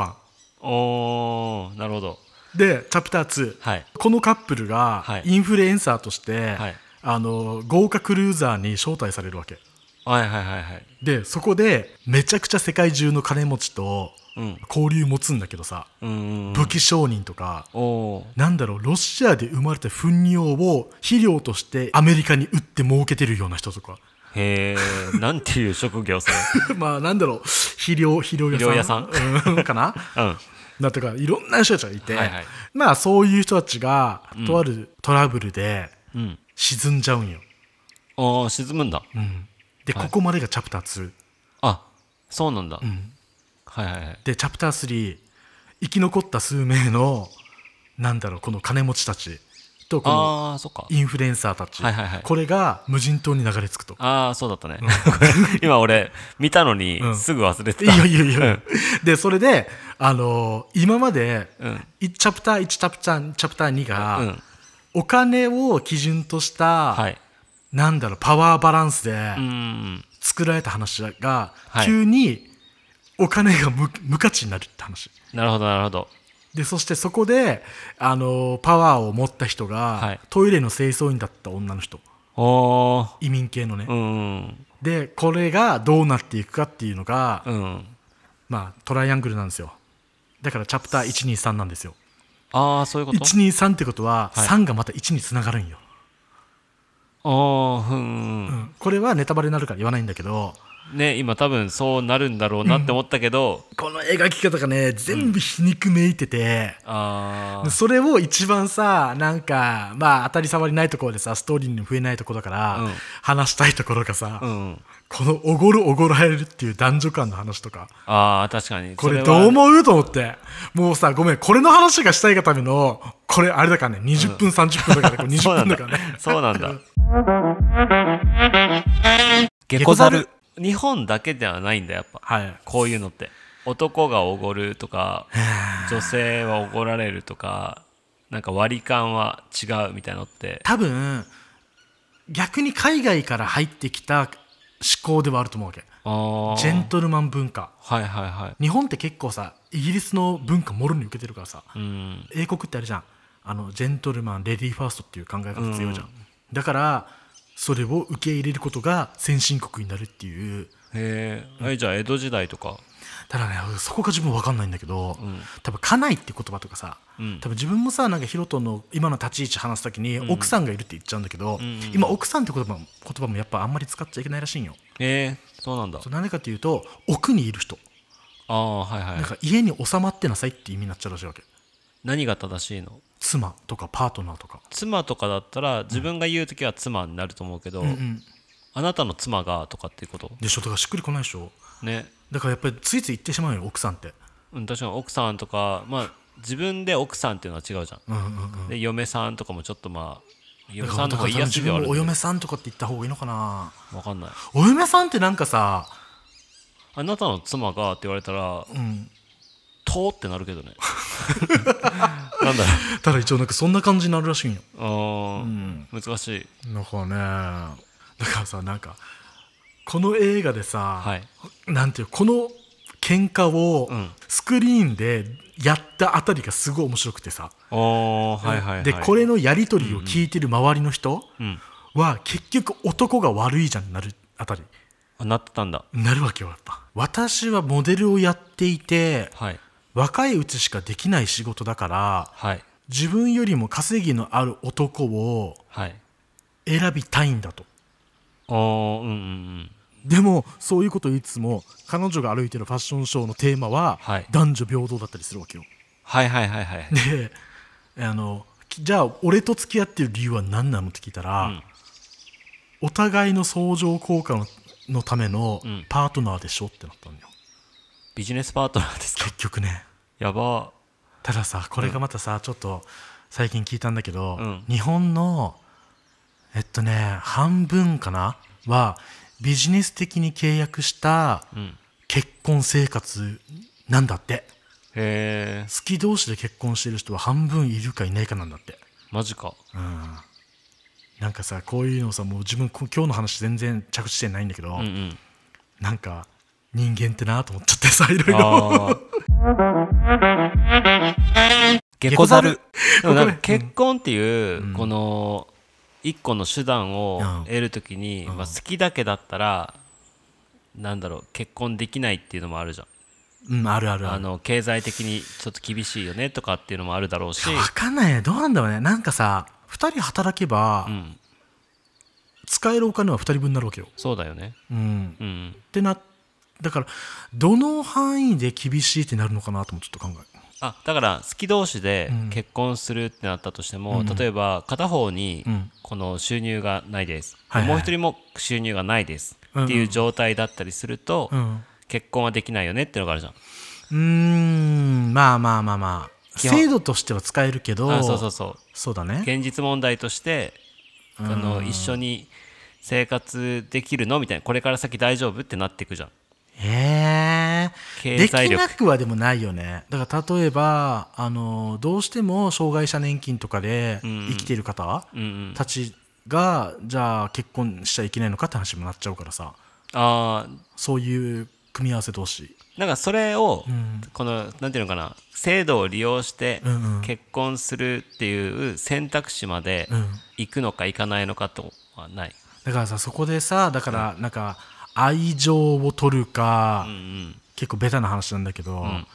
[SPEAKER 1] 1
[SPEAKER 2] おーなるほど
[SPEAKER 1] でチャプター2、
[SPEAKER 2] はい
[SPEAKER 1] このカップルが
[SPEAKER 2] はい
[SPEAKER 1] インフルエンサーとして、
[SPEAKER 2] はい
[SPEAKER 1] あの豪華クルーザーに招待されるわけ
[SPEAKER 2] はいはいはいはい
[SPEAKER 1] でそこでめちゃくちゃ世界中の金持ちと
[SPEAKER 2] うん
[SPEAKER 1] 交流持つんだけどさ、
[SPEAKER 2] うん
[SPEAKER 1] 武器商人とか、
[SPEAKER 2] おおー
[SPEAKER 1] なんだろうロシアで生まれた糞尿を肥料としてアメリカに売って儲けてるような人とか
[SPEAKER 2] へえなんていう職業それ
[SPEAKER 1] まあなんだろう肥料肥料屋さん
[SPEAKER 2] 肥
[SPEAKER 1] うんかな
[SPEAKER 2] うん
[SPEAKER 1] だとかいろんな人たちがいて、
[SPEAKER 2] はいはい
[SPEAKER 1] まあそういう人たちがとあるトラブルで
[SPEAKER 2] うん
[SPEAKER 1] 沈んじゃうんよ、
[SPEAKER 2] おー沈むんだ
[SPEAKER 1] うんで、
[SPEAKER 2] はい
[SPEAKER 1] ここまでがチャプター2、
[SPEAKER 2] あそうなんだ
[SPEAKER 1] うん
[SPEAKER 2] はいはいはい
[SPEAKER 1] でチャプター3生き残った数名のなんだろうこの金持ちたちとこの
[SPEAKER 2] ああーそっか
[SPEAKER 1] インフルエンサーたち、
[SPEAKER 2] はいはいはい
[SPEAKER 1] これが無人島に流れ着くと
[SPEAKER 2] ああそうだったね 今俺見たのに
[SPEAKER 1] うん
[SPEAKER 2] すぐ忘れて
[SPEAKER 1] い
[SPEAKER 2] た
[SPEAKER 1] やいやいや。で、それで、あのー今まで、
[SPEAKER 2] うん
[SPEAKER 1] いチャプター1、チャプター2チャプター2が、
[SPEAKER 2] うん
[SPEAKER 1] お金を基準とした、
[SPEAKER 2] はい
[SPEAKER 1] なんだろう、パワーバランスで
[SPEAKER 2] うん
[SPEAKER 1] 作られた話が、
[SPEAKER 2] はい
[SPEAKER 1] 急にお金が無無価値になるって話。
[SPEAKER 2] なるほどなるほど
[SPEAKER 1] で、そしてそこで、あのーパワーを持った人が、
[SPEAKER 2] はい
[SPEAKER 1] トイレの清掃員だった女の人。
[SPEAKER 2] おー
[SPEAKER 1] 移民系のね、
[SPEAKER 2] うん
[SPEAKER 1] で、これがどうなっていくかっていうのが、
[SPEAKER 2] うん
[SPEAKER 1] まあ、トライアングルなんですよ。だからチャプター1、2、3なんですよ。
[SPEAKER 2] ああそういうこと
[SPEAKER 1] 123ってことは、
[SPEAKER 2] はい
[SPEAKER 1] 3がまた1につながるんよ、
[SPEAKER 2] ああふん
[SPEAKER 1] う
[SPEAKER 2] うん
[SPEAKER 1] んこれはネタバレになるから言わないんだけど
[SPEAKER 2] ね今多分そうなるんだろうなって思ったけど
[SPEAKER 1] この描き方がね全部皮肉めいてて、
[SPEAKER 2] あ
[SPEAKER 1] それを一番さなんかまあ当たり障りないところでさストーリーに増えないところだから、
[SPEAKER 2] うん
[SPEAKER 1] 話したいところがさ、
[SPEAKER 2] あうん
[SPEAKER 1] このおごるおごられるっていう男女間の話とか
[SPEAKER 2] ああ確かに
[SPEAKER 1] これ
[SPEAKER 2] そ
[SPEAKER 1] ど
[SPEAKER 2] は
[SPEAKER 1] う思うと思ってもうさごめんこれの話がしたいがためのこれあれだからね20分、30分だからねこれ
[SPEAKER 2] そう
[SPEAKER 1] 20
[SPEAKER 2] なん
[SPEAKER 1] 分
[SPEAKER 2] だ
[SPEAKER 1] だからね
[SPEAKER 2] そうなんだ
[SPEAKER 1] ゲ
[SPEAKER 2] ゲ
[SPEAKER 1] コ
[SPEAKER 2] コ
[SPEAKER 1] ザ
[SPEAKER 2] ザ
[SPEAKER 1] ル
[SPEAKER 2] ル日本だけではないんだやっぱ
[SPEAKER 1] はい
[SPEAKER 2] こういうのって男がおごるとか女性はおごられるとかなんか割り勘は違うみたいなのって
[SPEAKER 1] 多分逆に海外から入ってきた思考ではあると思うわけ
[SPEAKER 2] あー
[SPEAKER 1] ジェントルマン文化
[SPEAKER 2] はいはいは
[SPEAKER 1] 日本って結構さイギリスの文化もろに受けてるからさ
[SPEAKER 2] いうん
[SPEAKER 1] 英国ってあれじゃんあのジェントルマンレディーファーストっていう考え方強いじゃん、だからそれを受け入れることが先進国になるっていう
[SPEAKER 2] へえはいじゃあ江戸時代とか
[SPEAKER 1] ただねそこが自分分かんないんだけど、多分家内って言葉とかさ、
[SPEAKER 2] うん
[SPEAKER 1] 多分自分もさなんかヒロトの今の立ち位置話す時に奥さんがいるって言っちゃうんだけど、今奥さんって言葉も言葉もやっぱあんまり使っちゃいけないらしいんよ
[SPEAKER 2] へえそうなんだ
[SPEAKER 1] そうなんでかっていうと奥にいる人
[SPEAKER 2] ああはいはい
[SPEAKER 1] なんか家に収まってなさいって意味になっちゃうらしいわけ
[SPEAKER 2] 何が正しいの
[SPEAKER 1] 妻とかパートナーとか、
[SPEAKER 2] 妻とかだったら自分が言う時は妻になると思うけど、
[SPEAKER 1] うん
[SPEAKER 2] あなたの妻がとかっていうこと
[SPEAKER 1] でしょだからしっくりこないでしょ
[SPEAKER 2] ね
[SPEAKER 1] だからやっぱりついつい言ってしまうよ奥さんって
[SPEAKER 2] うん確かに奥さんとかまあ自分で奥さんっていうのは違うじゃん
[SPEAKER 1] うんうんうん
[SPEAKER 2] で嫁さんとかもちょっとまあ
[SPEAKER 1] だ
[SPEAKER 2] 嫁
[SPEAKER 1] か
[SPEAKER 2] さ
[SPEAKER 1] ら
[SPEAKER 2] ん
[SPEAKER 1] だ
[SPEAKER 2] の
[SPEAKER 1] か
[SPEAKER 2] 方
[SPEAKER 1] ら
[SPEAKER 2] が言いやす
[SPEAKER 1] 自
[SPEAKER 2] いではあ
[SPEAKER 1] 分
[SPEAKER 2] る
[SPEAKER 1] もお
[SPEAKER 2] けど
[SPEAKER 1] 嫁さんとかって言った方がいいのかな
[SPEAKER 2] わかんない
[SPEAKER 1] お嫁さんってなんかさ、
[SPEAKER 2] あなたの妻がって言われたら
[SPEAKER 1] うん、
[SPEAKER 2] 「と」ってなる けどねなんだ
[SPEAKER 1] ただ一応なんかそんな感じになるらしいんよ
[SPEAKER 2] ろう、
[SPEAKER 1] う
[SPEAKER 2] う、
[SPEAKER 1] んん
[SPEAKER 2] 難しい
[SPEAKER 1] だからねだからさなんかこの映画でさ、
[SPEAKER 2] はい
[SPEAKER 1] なんていうこの喧嘩を
[SPEAKER 2] うん
[SPEAKER 1] スクリーンでやったあたりがすごい面白くてさ、
[SPEAKER 2] おーはいはいはい
[SPEAKER 1] でこれのやり取りを聞いてる周りの人
[SPEAKER 2] うん
[SPEAKER 1] は結局男が悪いじゃんになるあたり
[SPEAKER 2] あなってたんだ
[SPEAKER 1] なるわけよやっぱ私はモデルをやっていて
[SPEAKER 2] はい
[SPEAKER 1] 若いうちしかできない仕事だから
[SPEAKER 2] はい
[SPEAKER 1] 自分よりも稼ぎのある男を
[SPEAKER 2] はい
[SPEAKER 1] 選びたいんだと
[SPEAKER 2] おーうんうんうん
[SPEAKER 1] でもそういうこと言いつつも彼女が歩いてるファッションショーのテーマは、
[SPEAKER 2] はい
[SPEAKER 1] 男女平等だったりするわけよ
[SPEAKER 2] はいはいはいはい
[SPEAKER 1] であのきじゃあ俺と付き合ってる理由は何なのって聞いたら、
[SPEAKER 2] ん
[SPEAKER 1] お互いの相乗効果ののための
[SPEAKER 2] ん
[SPEAKER 1] パートナーでしょってなったんだよ、
[SPEAKER 2] ビジネスパートナーですか
[SPEAKER 1] 結局ね
[SPEAKER 2] やば
[SPEAKER 1] たださこれがまたさ、ちょっと最近聞いたんだけど、
[SPEAKER 2] うん
[SPEAKER 1] 日本のえっとね半分かなはビジネス的に契約した
[SPEAKER 2] うん
[SPEAKER 1] 結婚生活なんだって
[SPEAKER 2] へえ
[SPEAKER 1] 好き同士で結婚してる人は半分いるかいないかなんだって
[SPEAKER 2] マジか
[SPEAKER 1] なんかさこういうのさもう自分こ今日の話全然着地点ないんだけど、
[SPEAKER 2] うんうん
[SPEAKER 1] なんか人間ってなと思っちゃってさいろいろ
[SPEAKER 2] ああ下戸猿でもなんか
[SPEAKER 1] ここで
[SPEAKER 2] 結婚っていうこの一個の手段を得るときに、まあ、好きだけだったらなんだろう結婚できないっていうのもあるじゃん
[SPEAKER 1] うんあるあるあ
[SPEAKER 2] あ
[SPEAKER 1] る
[SPEAKER 2] の経済的にちょっと厳しいよねとかっていうのもあるだろうし、
[SPEAKER 1] 分かんないねどうなんだろうねなんかさ2人働けば、
[SPEAKER 2] うん、
[SPEAKER 1] 使えるお金は2人分になるわけよ、
[SPEAKER 2] そうだよね、
[SPEAKER 1] うん、
[SPEAKER 2] うん
[SPEAKER 1] ってなだからどの範囲で厳しいってなるのかなともちょっと考え
[SPEAKER 2] あだから好き同士で
[SPEAKER 1] うん
[SPEAKER 2] 結婚するってなったとしても、
[SPEAKER 1] うんうん
[SPEAKER 2] 例えば片方に
[SPEAKER 1] うん
[SPEAKER 2] この収入がないです、
[SPEAKER 1] はいはい
[SPEAKER 2] もう一人も収入がないですっていう状態だったりすると、
[SPEAKER 1] うん
[SPEAKER 2] 結婚はできないよねっていうのがあるじゃん
[SPEAKER 1] うーんまあまあまあまあ
[SPEAKER 2] 基本
[SPEAKER 1] 制度としては使えるけど
[SPEAKER 2] あそうそうそう
[SPEAKER 1] そうだね
[SPEAKER 2] 現実問題としてあの一緒に生活できるのみたいなこれから先大丈夫ってなっていくじゃん
[SPEAKER 1] へえ
[SPEAKER 2] 経
[SPEAKER 1] で
[SPEAKER 2] 済
[SPEAKER 1] き
[SPEAKER 2] 力
[SPEAKER 1] なくはでもないよねだから例えばあのどうしても障害者年金とかで
[SPEAKER 2] ん
[SPEAKER 1] 生きている方
[SPEAKER 2] うんうん
[SPEAKER 1] たちが、じゃあ結婚しちゃいけないのかって話もなっちゃうからさ
[SPEAKER 2] あー
[SPEAKER 1] そういう組み合わせ同士
[SPEAKER 2] なんかそれを、
[SPEAKER 1] ん
[SPEAKER 2] このなんていうのかな制度を利用して
[SPEAKER 1] うんうん
[SPEAKER 2] 結婚するっていう選択肢まで
[SPEAKER 1] うん
[SPEAKER 2] 行くのか行かないのかとはない、
[SPEAKER 1] だからさそこでさだからなんか愛情を取るか、
[SPEAKER 2] うんうん
[SPEAKER 1] 結構ベタな話なんだけど、
[SPEAKER 2] ん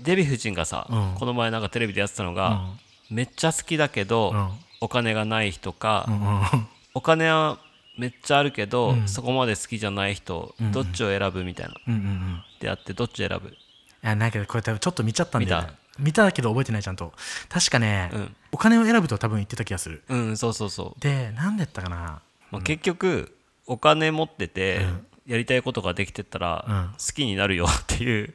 [SPEAKER 2] デヴィ夫人がさ、
[SPEAKER 1] うん
[SPEAKER 2] この前なんかテレビでやってたのが、めっちゃ好きだけど、
[SPEAKER 1] うん
[SPEAKER 2] お金がない人か、
[SPEAKER 1] うんうん
[SPEAKER 2] お金はめっちゃあるけど、そこまで好きじゃない人、どっちを選ぶみたいな
[SPEAKER 1] うんうんうん
[SPEAKER 2] であってどっちを選ぶ
[SPEAKER 1] いやなんかこれ多分ちょっと見ちゃったんだよね見たけど覚えてないちゃんと確かね、
[SPEAKER 2] うん
[SPEAKER 1] お金を選ぶとは多分言ってた気がする
[SPEAKER 2] うんそうそうそう、
[SPEAKER 1] で何だったかな
[SPEAKER 2] まあ、結局お金持ってて、やりたいことができてったら、
[SPEAKER 1] うん
[SPEAKER 2] 好きになるよっていう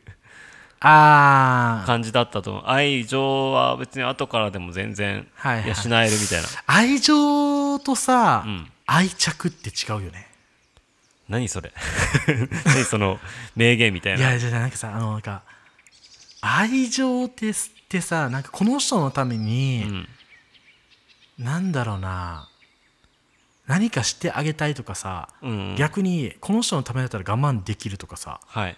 [SPEAKER 1] あー
[SPEAKER 2] 感じだったと思う愛情は別に後からでも全然
[SPEAKER 1] はいはい
[SPEAKER 2] 養えるみたいな、
[SPEAKER 1] 愛情とさ、
[SPEAKER 2] ん
[SPEAKER 1] 愛着って違うよね
[SPEAKER 2] 何それ 何その名言みたい
[SPEAKER 1] い
[SPEAKER 2] な
[SPEAKER 1] やじゃあなんかさあのなんか愛情ってすってさなんかこの人のために、
[SPEAKER 2] うん
[SPEAKER 1] なんだろうな何かしてあげたいとかさ、
[SPEAKER 2] うんうん
[SPEAKER 1] 逆にこの人のためだったら我慢できるとかさ
[SPEAKER 2] はい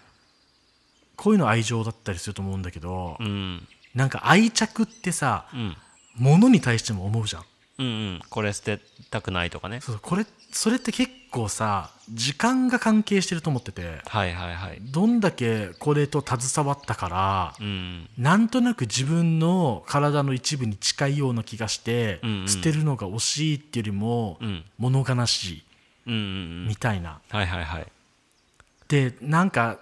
[SPEAKER 1] こういうの愛情だったりすると思うんだけど、
[SPEAKER 2] うん
[SPEAKER 1] なんか愛着ってさ
[SPEAKER 2] うん
[SPEAKER 1] 物に対しても思うじゃん
[SPEAKER 2] うんうんこれ捨てたくないとかね
[SPEAKER 1] そうそうこれそれって結構さ時間が関係してると思ってて
[SPEAKER 2] はいはいはい
[SPEAKER 1] どんだけこれと携わったから
[SPEAKER 2] う、ん
[SPEAKER 1] なんとなく自分の体の一部に近いような気がして、
[SPEAKER 2] うんうん
[SPEAKER 1] 捨てるのが惜しいっていうよりも、
[SPEAKER 2] うん
[SPEAKER 1] 物悲し
[SPEAKER 2] うんうん
[SPEAKER 1] い
[SPEAKER 2] うん
[SPEAKER 1] みたいな。
[SPEAKER 2] はいはいはい
[SPEAKER 1] でなんか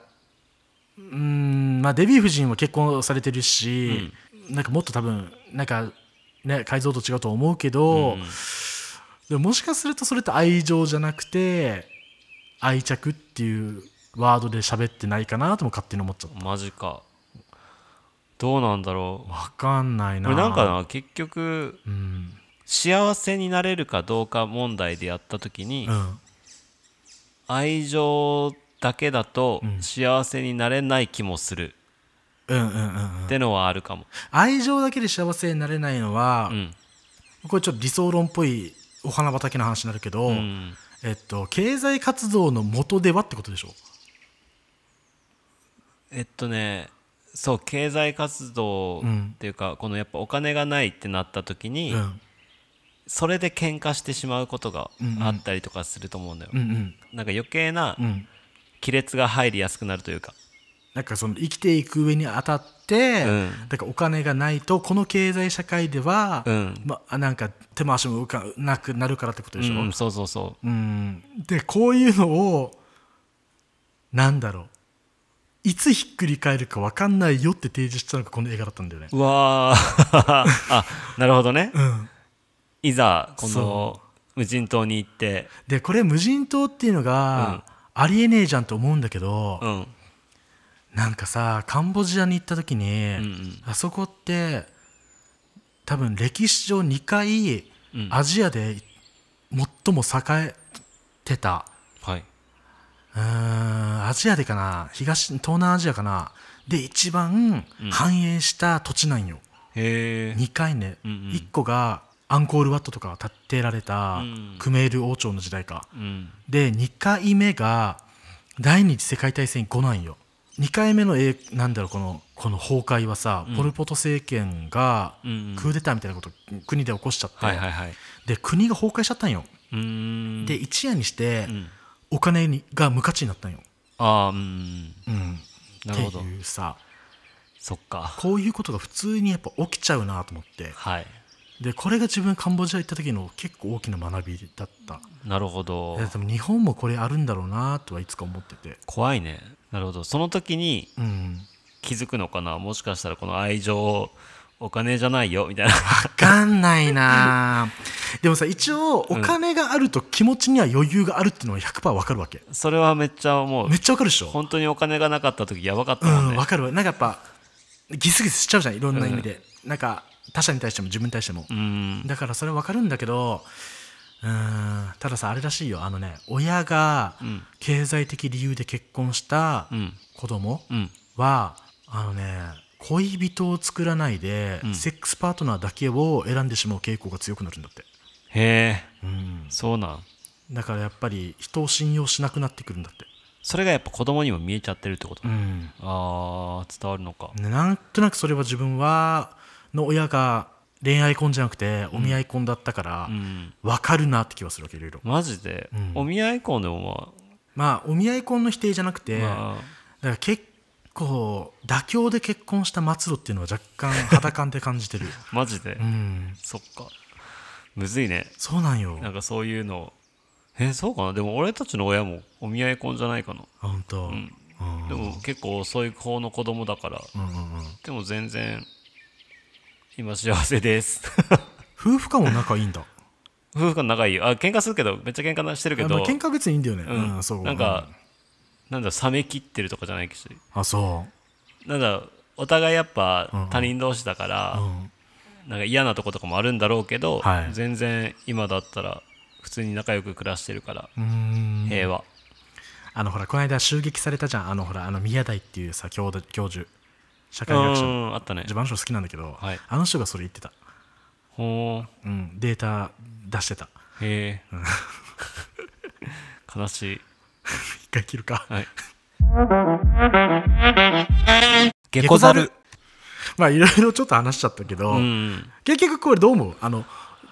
[SPEAKER 1] うーんまあデヴィ夫人は結婚されてるし、なんかもっと多分なんかね改造と違うと思うけど、
[SPEAKER 2] うんうん
[SPEAKER 1] でももしかするとそれって愛情じゃなくて愛着っていうワードで喋ってないかなとも勝手に思っちゃった
[SPEAKER 2] マジかどうなんだろう
[SPEAKER 1] 分かんないな
[SPEAKER 2] これなんかな結局
[SPEAKER 1] うん、
[SPEAKER 2] 幸せになれるかどうか問題でやった時に、
[SPEAKER 1] うん、
[SPEAKER 2] 愛情だけだと
[SPEAKER 1] うん
[SPEAKER 2] 幸せになれない気もする
[SPEAKER 1] うんうんうんうん
[SPEAKER 2] ってのはあるかも、
[SPEAKER 1] 愛情だけで幸せになれないのは
[SPEAKER 2] う、ん
[SPEAKER 1] これちょっと理想論っぽいお花畑の話になるけど、
[SPEAKER 2] うん、
[SPEAKER 1] えっと、経済活動の元ではってことでしょ
[SPEAKER 2] えっとねそう経済活動
[SPEAKER 1] うん
[SPEAKER 2] っていうか、このやっぱお金がないってなった時に、
[SPEAKER 1] うん
[SPEAKER 2] それで喧嘩してしまうことがあったりとかすると思うんだよ、
[SPEAKER 1] うんうん
[SPEAKER 2] なんか余計な
[SPEAKER 1] うん
[SPEAKER 2] 亀裂が入りやすくなるというか
[SPEAKER 1] なんかその生きていく上にあたって、
[SPEAKER 2] うん
[SPEAKER 1] だからお金がないとこの経済社会では、
[SPEAKER 2] うん
[SPEAKER 1] まあなんか手も足も浮かなくなるからってことでしょ、
[SPEAKER 2] うん、そうそうそう
[SPEAKER 1] うんでこういうのをなんだろういつひっくり返るか分かんないよって提示したのがこの映画だったんだよね
[SPEAKER 2] うわー あなるほどね
[SPEAKER 1] うん
[SPEAKER 2] いざこの
[SPEAKER 1] そ
[SPEAKER 2] 無人島に行って
[SPEAKER 1] でこれ無人島っていうのが、ありえねえじゃんと思うんだけど、
[SPEAKER 2] うん
[SPEAKER 1] なんかさカンボジアに行った時に、
[SPEAKER 2] うんうん
[SPEAKER 1] あそこって多分歴史上2回
[SPEAKER 2] うん
[SPEAKER 1] アジアで最も栄えてた、
[SPEAKER 2] はいう
[SPEAKER 1] ーんアジアでかな東東南アジアかなで一番
[SPEAKER 2] うん
[SPEAKER 1] 繁栄した土地なんよ、
[SPEAKER 2] へえ
[SPEAKER 1] 2回ね、
[SPEAKER 2] うんうん
[SPEAKER 1] 1個がアンコールワットとかが建てられた
[SPEAKER 2] うん
[SPEAKER 1] クメール王朝の時代か、
[SPEAKER 2] うん
[SPEAKER 1] で2回目が第二次世界大戦後なんよ2回目の、えーなんだろうこのこの崩壊はさ、
[SPEAKER 2] うん
[SPEAKER 1] ポル・ポト政権が
[SPEAKER 2] うんうん
[SPEAKER 1] クーデターみたいなこと国で起こしちゃって、
[SPEAKER 2] はいはいはい
[SPEAKER 1] で国が崩壊しちゃったんよ、
[SPEAKER 2] うーん
[SPEAKER 1] で一夜にして、
[SPEAKER 2] うん
[SPEAKER 1] お金にが無価値になったんよ、
[SPEAKER 2] ああうん
[SPEAKER 1] うん、
[SPEAKER 2] なるほど
[SPEAKER 1] っていうさ
[SPEAKER 2] そっか
[SPEAKER 1] こういうことが普通にやっぱ起きちゃうなと思って
[SPEAKER 2] はい
[SPEAKER 1] でこれが自分カンボジア行った時の結構大きな学びだった
[SPEAKER 2] なるほど
[SPEAKER 1] で多分日本もこれあるんだろうなとはいつか思ってて
[SPEAKER 2] 怖いねなるほどその時に
[SPEAKER 1] うん
[SPEAKER 2] 気づくのかなもしかしたらこの愛情をお金じゃないよみたいな
[SPEAKER 1] わかんないな でもさ一応お金があると気持ちには余裕があるっていうのは100%わかるわけ
[SPEAKER 2] それはめっちゃ思う
[SPEAKER 1] めっちゃわかるでしょ
[SPEAKER 2] 本当にお金がなかった時やばかった
[SPEAKER 1] う
[SPEAKER 2] もん
[SPEAKER 1] ん
[SPEAKER 2] ね、
[SPEAKER 1] わかるわなんかやっぱギスギスしちゃうじゃんいろんな意味で、なんか他者に対しても自分に対しても、
[SPEAKER 2] うん
[SPEAKER 1] だからそれはわかるんだけどうーんたださあれらしいよあのね親が
[SPEAKER 2] うん
[SPEAKER 1] 経済的理由で結婚した
[SPEAKER 2] うん
[SPEAKER 1] 子供
[SPEAKER 2] うん
[SPEAKER 1] は、あのね恋人を作らないで、
[SPEAKER 2] うん
[SPEAKER 1] セックスパートナーだけを選んでしまう傾向が強くなるんだって、
[SPEAKER 2] へえ
[SPEAKER 1] うん、
[SPEAKER 2] そうなん
[SPEAKER 1] だからやっぱり人を信用しなくなってくるんだって、
[SPEAKER 2] それがやっぱ子供にも見えちゃってるってこと、
[SPEAKER 1] ん、
[SPEAKER 2] あー伝わるのか
[SPEAKER 1] なんとなくそれは自分はの親が恋愛婚じゃなくてお見合い婚だったから
[SPEAKER 2] うん
[SPEAKER 1] 分かるなって気はするわけいろいろ
[SPEAKER 2] マジで、
[SPEAKER 1] うん
[SPEAKER 2] お見合い婚でも
[SPEAKER 1] まあお見合い婚の否定じゃなくて、
[SPEAKER 2] まあ、まあ
[SPEAKER 1] だから結構妥協で結婚した末路っていうのは若干肌感で感じ てる
[SPEAKER 2] マジで、
[SPEAKER 1] うん
[SPEAKER 2] そっかむずいね
[SPEAKER 1] そうなんよ
[SPEAKER 2] なんかそういうのえそうかなでも俺たちの親もお見合い婚じゃないかな
[SPEAKER 1] あ本当、うん
[SPEAKER 2] んでも結構遅い方の子供だから
[SPEAKER 1] うんうんうん
[SPEAKER 2] でも全然今幸せです
[SPEAKER 1] 夫婦間も仲いいんだ
[SPEAKER 2] 夫婦間仲いいよあ喧嘩するけどめっちゃ喧嘩してるけ
[SPEAKER 1] あま
[SPEAKER 2] ど
[SPEAKER 1] あ喧嘩は別にいいんだよね、
[SPEAKER 2] うん
[SPEAKER 1] うんそう
[SPEAKER 2] なんか、なんだ冷め切ってるとかじゃないし
[SPEAKER 1] うんあそ
[SPEAKER 2] なんだお互いやっ
[SPEAKER 1] うんうん
[SPEAKER 2] ぱ他人同士だから、
[SPEAKER 1] う、うん、
[SPEAKER 2] なんか嫌なとことかもあるんだろうけど、
[SPEAKER 1] はい
[SPEAKER 2] 全然今だったら普通に仲良く暮らしてるから
[SPEAKER 1] うーん
[SPEAKER 2] 平和、
[SPEAKER 1] あのほらこの間襲撃されたじゃんあのほらあの宮台っていうさ教教授社会学者の
[SPEAKER 2] うんあったね
[SPEAKER 1] 自分あの人好きなんだけど、
[SPEAKER 2] はい
[SPEAKER 1] あの人がそれ言ってた、
[SPEAKER 2] ほう
[SPEAKER 1] うん、データ出してた
[SPEAKER 2] へえ悲しい
[SPEAKER 1] 一回切るか
[SPEAKER 2] はい
[SPEAKER 1] 下
[SPEAKER 2] 下
[SPEAKER 1] 戸
[SPEAKER 2] 戸
[SPEAKER 1] 猿
[SPEAKER 2] 猿
[SPEAKER 1] まあいろいろちょっと話しちゃったけど、
[SPEAKER 2] うん
[SPEAKER 1] 結局これどう思うあの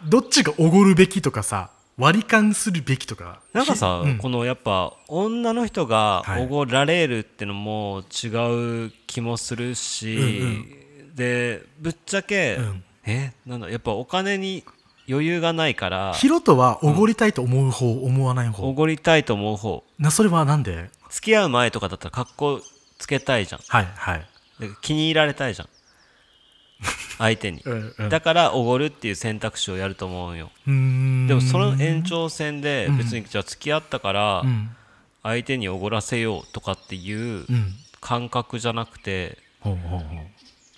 [SPEAKER 1] どっちがおごるべきとかさ割り勘するべきとか
[SPEAKER 2] なんかさ、
[SPEAKER 1] うん
[SPEAKER 2] このやっぱ女の人が
[SPEAKER 1] はい
[SPEAKER 2] おごられるってのも違う気もするし、でぶっちゃけ、
[SPEAKER 1] うん
[SPEAKER 2] えなんだやっぱお金に余裕がないから
[SPEAKER 1] ヒロトはおごりたいと思う方、思わない
[SPEAKER 2] お
[SPEAKER 1] 方
[SPEAKER 2] ごりたいと思う方
[SPEAKER 1] なそれはなんで
[SPEAKER 2] 付き合う前とかだったら格好つけたいじゃん
[SPEAKER 1] はいはい、
[SPEAKER 2] で気に入られた いじゃん相手に
[SPEAKER 1] うんうん
[SPEAKER 2] だからおごるっていう選択肢をやると思うよ
[SPEAKER 1] うーん
[SPEAKER 2] でもその延長線で別にじゃあ付き合ったから
[SPEAKER 1] うん
[SPEAKER 2] 相手におごらせようとかっていう
[SPEAKER 1] うん
[SPEAKER 2] 感覚じゃなくて
[SPEAKER 1] ほうほうほう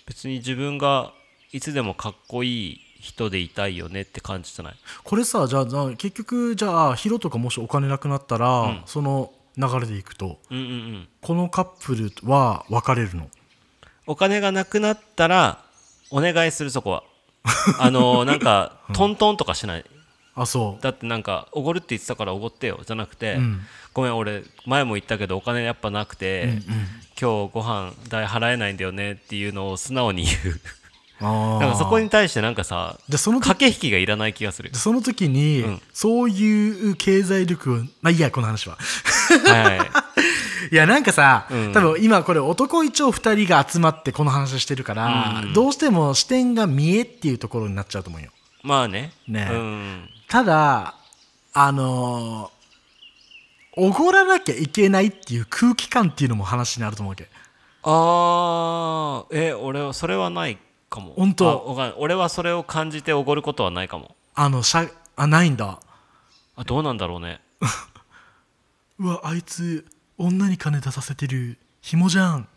[SPEAKER 2] 別に自分がいつでもかっこいい人でいたいよねって感じじゃない
[SPEAKER 1] これさじゃあじゃあ結局じゃあヒロとかもしお金なくなったら、
[SPEAKER 2] うん
[SPEAKER 1] その流れでいくと
[SPEAKER 2] うんうんうん
[SPEAKER 1] このカップルは別れるの
[SPEAKER 2] お金がなくなったらお願いする そこはあのなんかトントンとかしない
[SPEAKER 1] あそう
[SPEAKER 2] だってなんかおごるって言ってたからおごってよじゃなくて、
[SPEAKER 1] うん
[SPEAKER 2] ごめん俺前も言ったけどお金やっぱなくて、今日ご飯代払えないんだよねっていうのを素直に言う
[SPEAKER 1] あ
[SPEAKER 2] なんかそこ
[SPEAKER 1] に
[SPEAKER 2] に対してなん かさ
[SPEAKER 1] じゃあその時
[SPEAKER 2] 駆け引きがいらない気が する
[SPEAKER 1] その時に、
[SPEAKER 2] うん
[SPEAKER 1] そういう経済力をまあいいやこの話は
[SPEAKER 2] はい
[SPEAKER 1] いやなんかさ、
[SPEAKER 2] うん
[SPEAKER 1] 多分今これ男一応二人が集まってこの話してるから、
[SPEAKER 2] うん
[SPEAKER 1] どうしても視点が見えっていうところになっちゃうと思うよ
[SPEAKER 2] まあね
[SPEAKER 1] ね
[SPEAKER 2] うん
[SPEAKER 1] ただあのーおごらなきゃいけないっていう空気感っていうのも話にあると思うわけ
[SPEAKER 2] あーえ俺はそれはないかも
[SPEAKER 1] 本当
[SPEAKER 2] あわかんない俺はそれを感じておごることはないかも
[SPEAKER 1] あのしゃあないんだ
[SPEAKER 2] あどうなんだろうね
[SPEAKER 1] うわあいつ女に金出させてる紐じゃん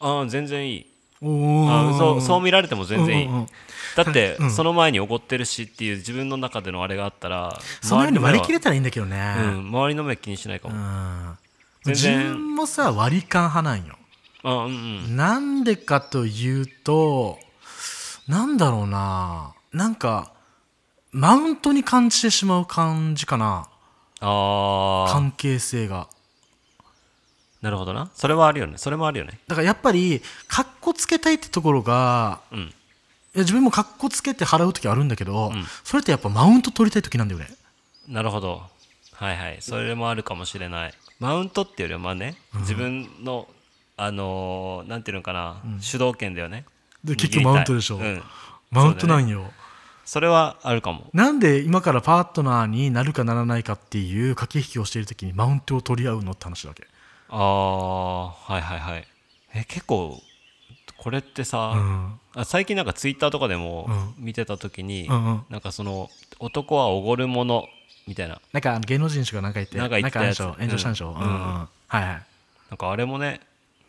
[SPEAKER 2] あー全然いい
[SPEAKER 1] おお
[SPEAKER 2] あそうそう見られても全然いい、
[SPEAKER 1] うんうんうん
[SPEAKER 2] だって、
[SPEAKER 1] うん
[SPEAKER 2] その前におごってるしっていう自分の中でのあれがあったら
[SPEAKER 1] そのように割り切れ
[SPEAKER 2] て
[SPEAKER 1] たらいいんだけどね、
[SPEAKER 2] うん、周りの目気にしないかも、
[SPEAKER 1] うん
[SPEAKER 2] 全
[SPEAKER 1] 自
[SPEAKER 2] 然
[SPEAKER 1] 分もさ割り勘派なんよ
[SPEAKER 2] あうんうん
[SPEAKER 1] なんでかというとなんだろうななんかマウントに感じてしまう感じかな
[SPEAKER 2] ああ
[SPEAKER 1] 関係性が
[SPEAKER 2] なるほどなそれはあるよねそれもあるよね
[SPEAKER 1] だからやっぱりかっこつけたいってところが
[SPEAKER 2] うん
[SPEAKER 1] いや自分もかっこつけて払う時あるんだけど、
[SPEAKER 2] ん
[SPEAKER 1] それってやっぱマウント取りたい時なんだよね
[SPEAKER 2] なるほどはいはいそれもあるかもしれないマウントっていうよりはまあね、自分のあのーなんていうのかな、主導権だよね
[SPEAKER 1] で
[SPEAKER 2] 握りたい
[SPEAKER 1] 結局マウントでしょ
[SPEAKER 2] うん、
[SPEAKER 1] マウントなんよ、
[SPEAKER 2] それはあるかも
[SPEAKER 1] なんで今からパートナーになるかならないかっていう駆け引きをしている時にマウントを取り合うのって話だわけ
[SPEAKER 2] ああーはいはいはいえ結構これってさ、
[SPEAKER 1] ん
[SPEAKER 2] あ最近なんかツイッターとかでも見てた時に、
[SPEAKER 1] うんうん
[SPEAKER 2] なんかその男はおごるものみたいな
[SPEAKER 1] なんかあの芸能人の人が何か言って
[SPEAKER 2] なんか言ってたやつ
[SPEAKER 1] なんかあれでしょ炎上したんでしょ、
[SPEAKER 2] う
[SPEAKER 1] うんんうんはいはい
[SPEAKER 2] なんかあれもね